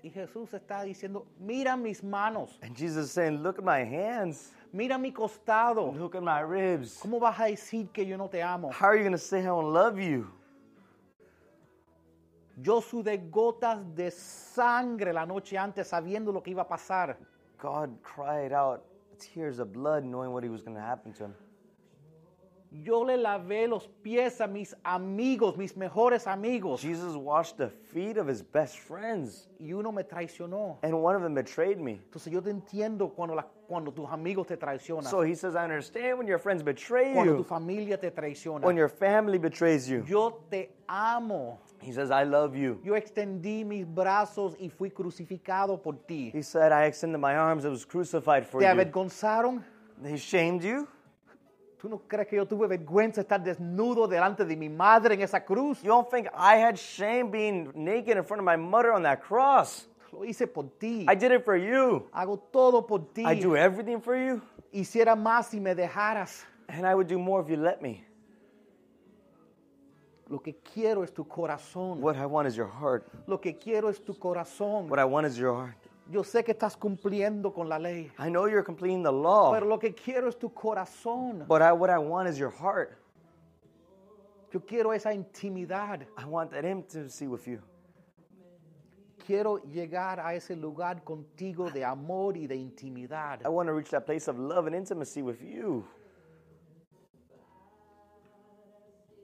Speaker 2: Y Jesús está diciendo, mira mis manos,
Speaker 1: And Jesus is saying, Look at my hands.
Speaker 2: mira mi costado.
Speaker 1: Look at my ribs.
Speaker 2: ¿Cómo vas a decir que yo no te amo?
Speaker 1: How are you going to say I don't love you?
Speaker 2: Yo sudé gotas de sangre la noche antes sabiendo lo que iba a pasar.
Speaker 1: God cried out tears of blood, knowing what he was going to happen to him.
Speaker 2: Yo le lavé los pies a mis amigos, mis mejores amigos.
Speaker 1: Jesus washed the feet of his best friends,
Speaker 2: Y uno me traicionó.
Speaker 1: and one of them betrayed me.
Speaker 2: Entonces yo te entiendo cuando, la- cuando tus amigos te traicionan.
Speaker 1: So he says, I understand when your friends betray
Speaker 2: cuando tu
Speaker 1: you,
Speaker 2: familia te traiciona.
Speaker 1: when your family betrays you.
Speaker 2: Yo te amo.
Speaker 1: He says, I love you.
Speaker 2: Yo extendí mis brazos y fui crucificado por ti.
Speaker 1: He said, I extended my arms, I was crucified for
Speaker 2: ¿Te
Speaker 1: you.
Speaker 2: avergonzaron?
Speaker 1: They shamed you.
Speaker 2: ¿Tú no crees que yo tuve vergüenza de estar desnudo delante de mi madre en esa cruz?
Speaker 1: You don't think I had shame being naked in front of my mother on that cross?
Speaker 2: Lo hice por ti.
Speaker 1: I did it for you.
Speaker 2: Hago todo por ti.
Speaker 1: I do everything for you,
Speaker 2: Hiciera más si me dejaras.
Speaker 1: and I would do more if you let me.
Speaker 2: Lo que quiero es tu corazón.
Speaker 1: What I want is your heart.
Speaker 2: Lo que quiero es tu corazón.
Speaker 1: What I want is your heart.
Speaker 2: Yo sé que estás cumpliendo con la ley,
Speaker 1: I know you're completing the law,
Speaker 2: pero lo que quiero es tu corazón.
Speaker 1: but I, what I want is your heart.
Speaker 2: Yo quiero esa intimidad.
Speaker 1: I want that intimacy with you.
Speaker 2: Quiero llegar a ese lugar contigo de amor y de intimidad.
Speaker 1: I want to reach that place of love and intimacy with you.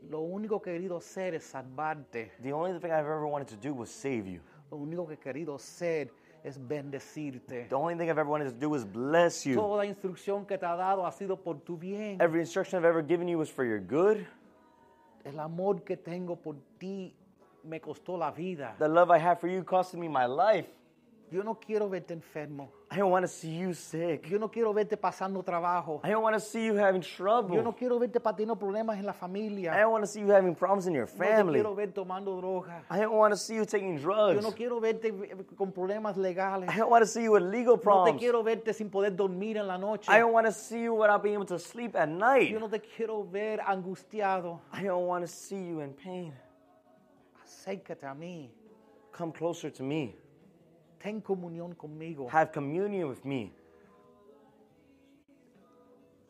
Speaker 2: Lo único que he querido hacer es salvarte.
Speaker 1: The only thing I've ever wanted to do was save you.
Speaker 2: Lo único que he querido hacer es bendecirte.
Speaker 1: The only thing I've ever wanted to do is bless you.
Speaker 2: Toda instrucción que te ha dado ha sido por tu bien.
Speaker 1: Every instruction I've ever given you was for your good.
Speaker 2: El amor que tengo por ti me costó la vida.
Speaker 1: The love I have for you costed me my life.
Speaker 2: Yo no quiero verte enfermo.
Speaker 1: I don't want to see you sick.
Speaker 2: Yo no quiero verte pasando trabajo.
Speaker 1: I don't want to see you having
Speaker 2: Yo no
Speaker 1: trouble.
Speaker 2: quiero verte teniendo problemas en la
Speaker 1: I
Speaker 2: familia.
Speaker 1: don't want to see you having problems in your
Speaker 2: No te
Speaker 1: Eh, family.
Speaker 2: quiero ver tomando droga.
Speaker 1: I don't want to see you taking
Speaker 2: Yo
Speaker 1: drugs.
Speaker 2: no quiero verte eh, con problemas legales.
Speaker 1: I don't want to see you with legal
Speaker 2: No te
Speaker 1: problems.
Speaker 2: quiero verte sin poder dormir en la noche.
Speaker 1: I don't want to see you without being able to sleep at night.
Speaker 2: Yo no te quiero ver angustiado.
Speaker 1: I don't want to see you in pain.
Speaker 2: Acércate a mí.
Speaker 1: Come closer to me.
Speaker 2: Ten comunión conmigo.
Speaker 1: Have communion with me.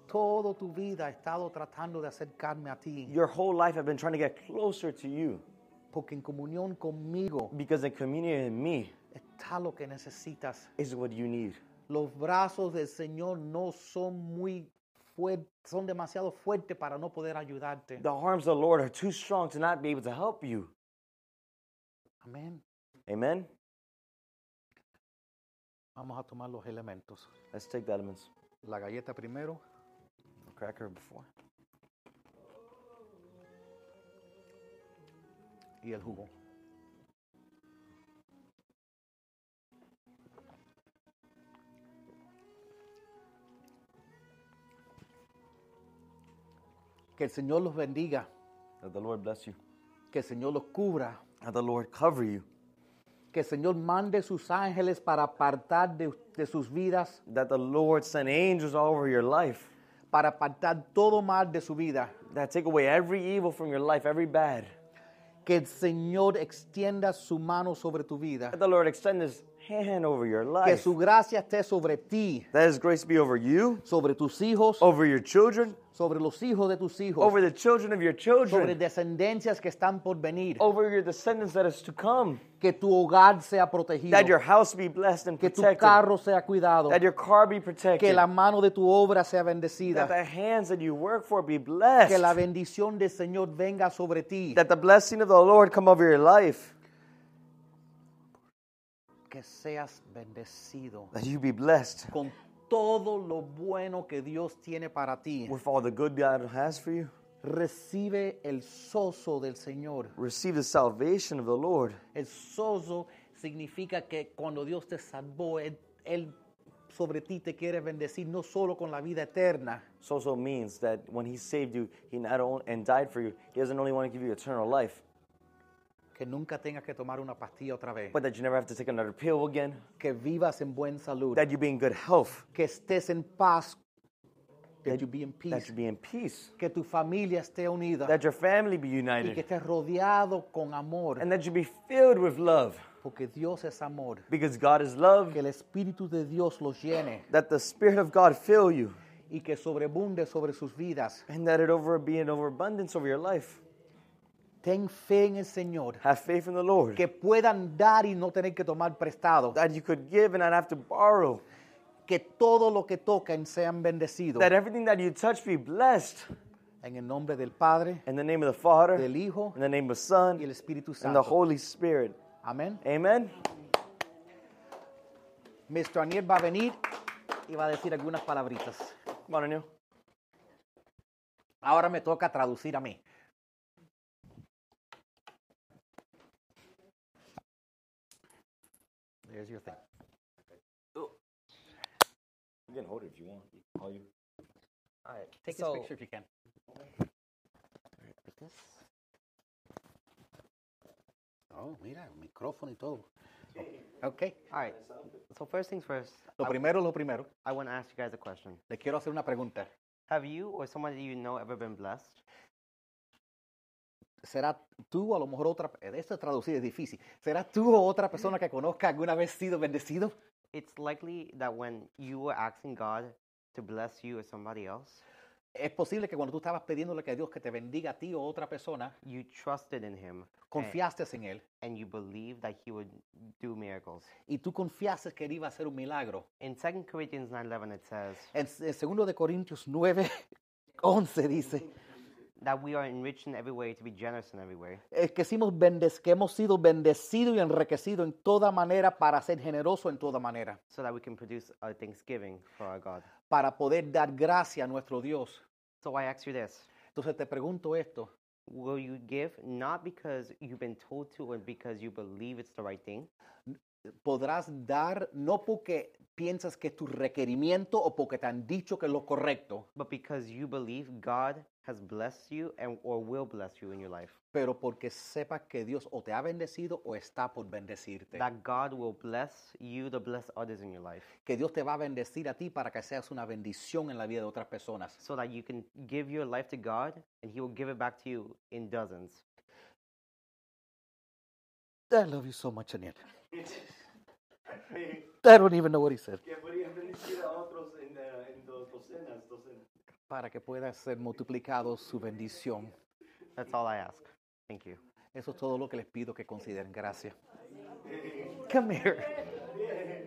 Speaker 2: Toda tu vida he estado tratando de acercarme a ti.
Speaker 1: Your whole life I've been trying to get closer to you
Speaker 2: Porque en comunión conmigo
Speaker 1: because the communion in me
Speaker 2: está lo que necesitas.
Speaker 1: is what you need.
Speaker 2: Los brazos del Señor no son muy fuertes, son demasiado fuertes para no poder ayudarte.
Speaker 1: The arms of the Lord are too strong to not be able to help you.
Speaker 2: Amén.
Speaker 1: Amen?
Speaker 2: Vamos a tomar los elementos.
Speaker 1: Let's take the elements.
Speaker 2: La galleta primero,
Speaker 1: Cracker before.
Speaker 2: y el jugo. Que el Señor los bendiga,
Speaker 1: That the Lord bless you.
Speaker 2: que el Señor los cubra,
Speaker 1: That the Lord cover you.
Speaker 2: que el Señor mande sus ángeles para apartar de, de sus vidas,
Speaker 1: That the Lord send angels all over your life.
Speaker 2: para apartar todo mal de su vida.
Speaker 1: That take away every evil from your life, every bad.
Speaker 2: Que el Señor extienda su mano sobre tu vida,
Speaker 1: That the Lord extend his hand over your
Speaker 2: que
Speaker 1: life.
Speaker 2: su gracia esté sobre ti,
Speaker 1: That his grace be over you,
Speaker 2: sobre tus hijos,
Speaker 1: over your children,
Speaker 2: sobre los hijos de tus hijos.
Speaker 1: over the children of your
Speaker 2: sobre
Speaker 1: children,
Speaker 2: descendencias que están por venir.
Speaker 1: over your descendants that is to come.
Speaker 2: Que tu hogar sea protegido.
Speaker 1: That your house be blessed and
Speaker 2: Que tu
Speaker 1: protected.
Speaker 2: carro sea cuidado.
Speaker 1: That your car be
Speaker 2: Que
Speaker 1: protected.
Speaker 2: la mano de tu obra sea
Speaker 1: That
Speaker 2: bendecida.
Speaker 1: the hands that you work for be
Speaker 2: Que la
Speaker 1: blessed.
Speaker 2: bendición del Señor venga sobre ti.
Speaker 1: That the blessing of the Lord come over your life.
Speaker 2: Que seas bendecido
Speaker 1: That you be blessed
Speaker 2: con todo lo bueno que Dios tiene para ti.
Speaker 1: with all the good God has for you.
Speaker 2: Recibe el sozo del Señor.
Speaker 1: Receive the salvation of the Lord.
Speaker 2: El sozo significa que cuando Dios te salvó, Él, Él sobre ti te quiere bendecir no solo con la vida eterna,
Speaker 1: So also means that when he saved you, he not only and died for you, he doesn't only want to give you eternal life,
Speaker 2: que nunca tengas que tomar una pastilla otra vez,
Speaker 1: but that you never have to take another pill again,
Speaker 2: que vivas en buena salud,
Speaker 1: that you be in good health,
Speaker 2: que estés en paz, that you be in
Speaker 1: that
Speaker 2: peace,
Speaker 1: you be in peace,
Speaker 2: que tu familia esté unida
Speaker 1: that your family be
Speaker 2: y que
Speaker 1: united,
Speaker 2: estés rodeado con amor,
Speaker 1: and that you be filled with love,
Speaker 2: porque Dios es amor,
Speaker 1: because God is love,
Speaker 2: que el Espíritu de Dios los llene
Speaker 1: that the Spirit of God fill you,
Speaker 2: y que sobrebunde sobre sus vidas.
Speaker 1: and that it over be an overabundance over your life.
Speaker 2: Ten fe en el Señor,
Speaker 1: Have faith in the Lord,
Speaker 2: que puedan dar y no tener que tomar prestado,
Speaker 1: that you could give and not have to borrow,
Speaker 2: que todo lo que toquen sean bendecidos.
Speaker 1: that everything that you touch be blessed.
Speaker 2: En el nombre del Padre,
Speaker 1: In the name of the Father,
Speaker 2: del Hijo
Speaker 1: in the name of the Son,
Speaker 2: y el Espíritu
Speaker 1: and the
Speaker 2: Santo.
Speaker 1: Holy Spirit.
Speaker 2: Amén.
Speaker 1: Amen.
Speaker 2: Mr. Aniel va a venir y va a decir algunas palabritas.
Speaker 1: Come on, Anil.
Speaker 2: Ahora me toca traducir a mí. There's your thing.
Speaker 1: You can hold it if you want. All you.
Speaker 2: All right. Take
Speaker 3: So-
Speaker 2: this picture if you can. Oh, mira, micrófono y todo. Ok.
Speaker 3: All right. So first things first,
Speaker 2: Lo primero, lo primero.
Speaker 3: I want to ask you guys a question.
Speaker 2: Le quiero hacer una pregunta.
Speaker 3: Have you or someone that you know ever been blessed?
Speaker 2: ¿Será tú o a lo mejor otra? Esto es traducir, es difícil. ¿Será tú o otra persona que conozca alguna vez sido bendecido?
Speaker 3: It's likely that when you were asking God to bless you or somebody else,
Speaker 2: Es posible que cuando tú estabas pidiéndole que Dios que te bendiga a ti o a otra persona,
Speaker 3: you trusted in Him and,
Speaker 2: confiaste en Él
Speaker 3: and you believed that He would do miracles.
Speaker 2: y tú confiaste que Él iba a hacer un milagro.
Speaker 3: In 2 Corinthians 9:11, it says
Speaker 2: En 2 de Corintios *laughs* 9, 11 dice
Speaker 3: that we are enriched in every way to be generous in every way.
Speaker 2: eh, que, hemos bendec- que hemos sido bendecidos y enriquecidos en toda manera para ser generosos en toda manera,
Speaker 3: so that we can produce our thanksgiving for our God.
Speaker 2: para poder dar gracia a nuestro Dios.
Speaker 3: So I ask you this
Speaker 2: Entonces te pregunto esto,
Speaker 3: Will you give not because you've been told to or because you believe it's the right thing?
Speaker 2: podrás dar no porque piensas que es tu requerimiento o porque te han dicho que es lo correcto,
Speaker 3: but because you believe God has blessed you and or will bless you in your life.
Speaker 2: pero porque sepas que Dios o te ha bendecido o está por bendecirte.
Speaker 3: That God will bless you to bless others in your life
Speaker 2: Que Dios te va a bendecir a ti para que seas una bendición en la vida de otras personas.
Speaker 3: so that you can give your life to God and he will give it back to you in dozens.
Speaker 2: I love you so much, Daniel. I don't even know what he said. Para que pueda ser multiplicado su bendición.
Speaker 3: That's all I ask. Thank you.
Speaker 2: Eso es todo lo que les pido que consideren. Gracias.
Speaker 3: Come here.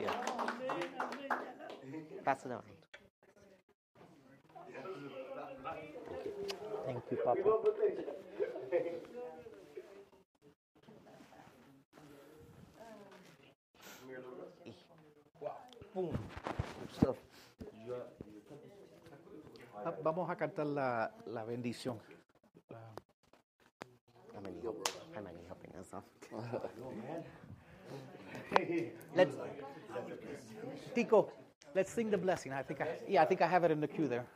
Speaker 3: Yeah. Pass it on. Thank you, Papa.
Speaker 2: Ah, Vamos a cantar la, la bendición.
Speaker 3: How many, help, how many helping us out?
Speaker 2: Let's, Tico, let's sing the blessing. I think I, yeah, I think I have it in the queue there.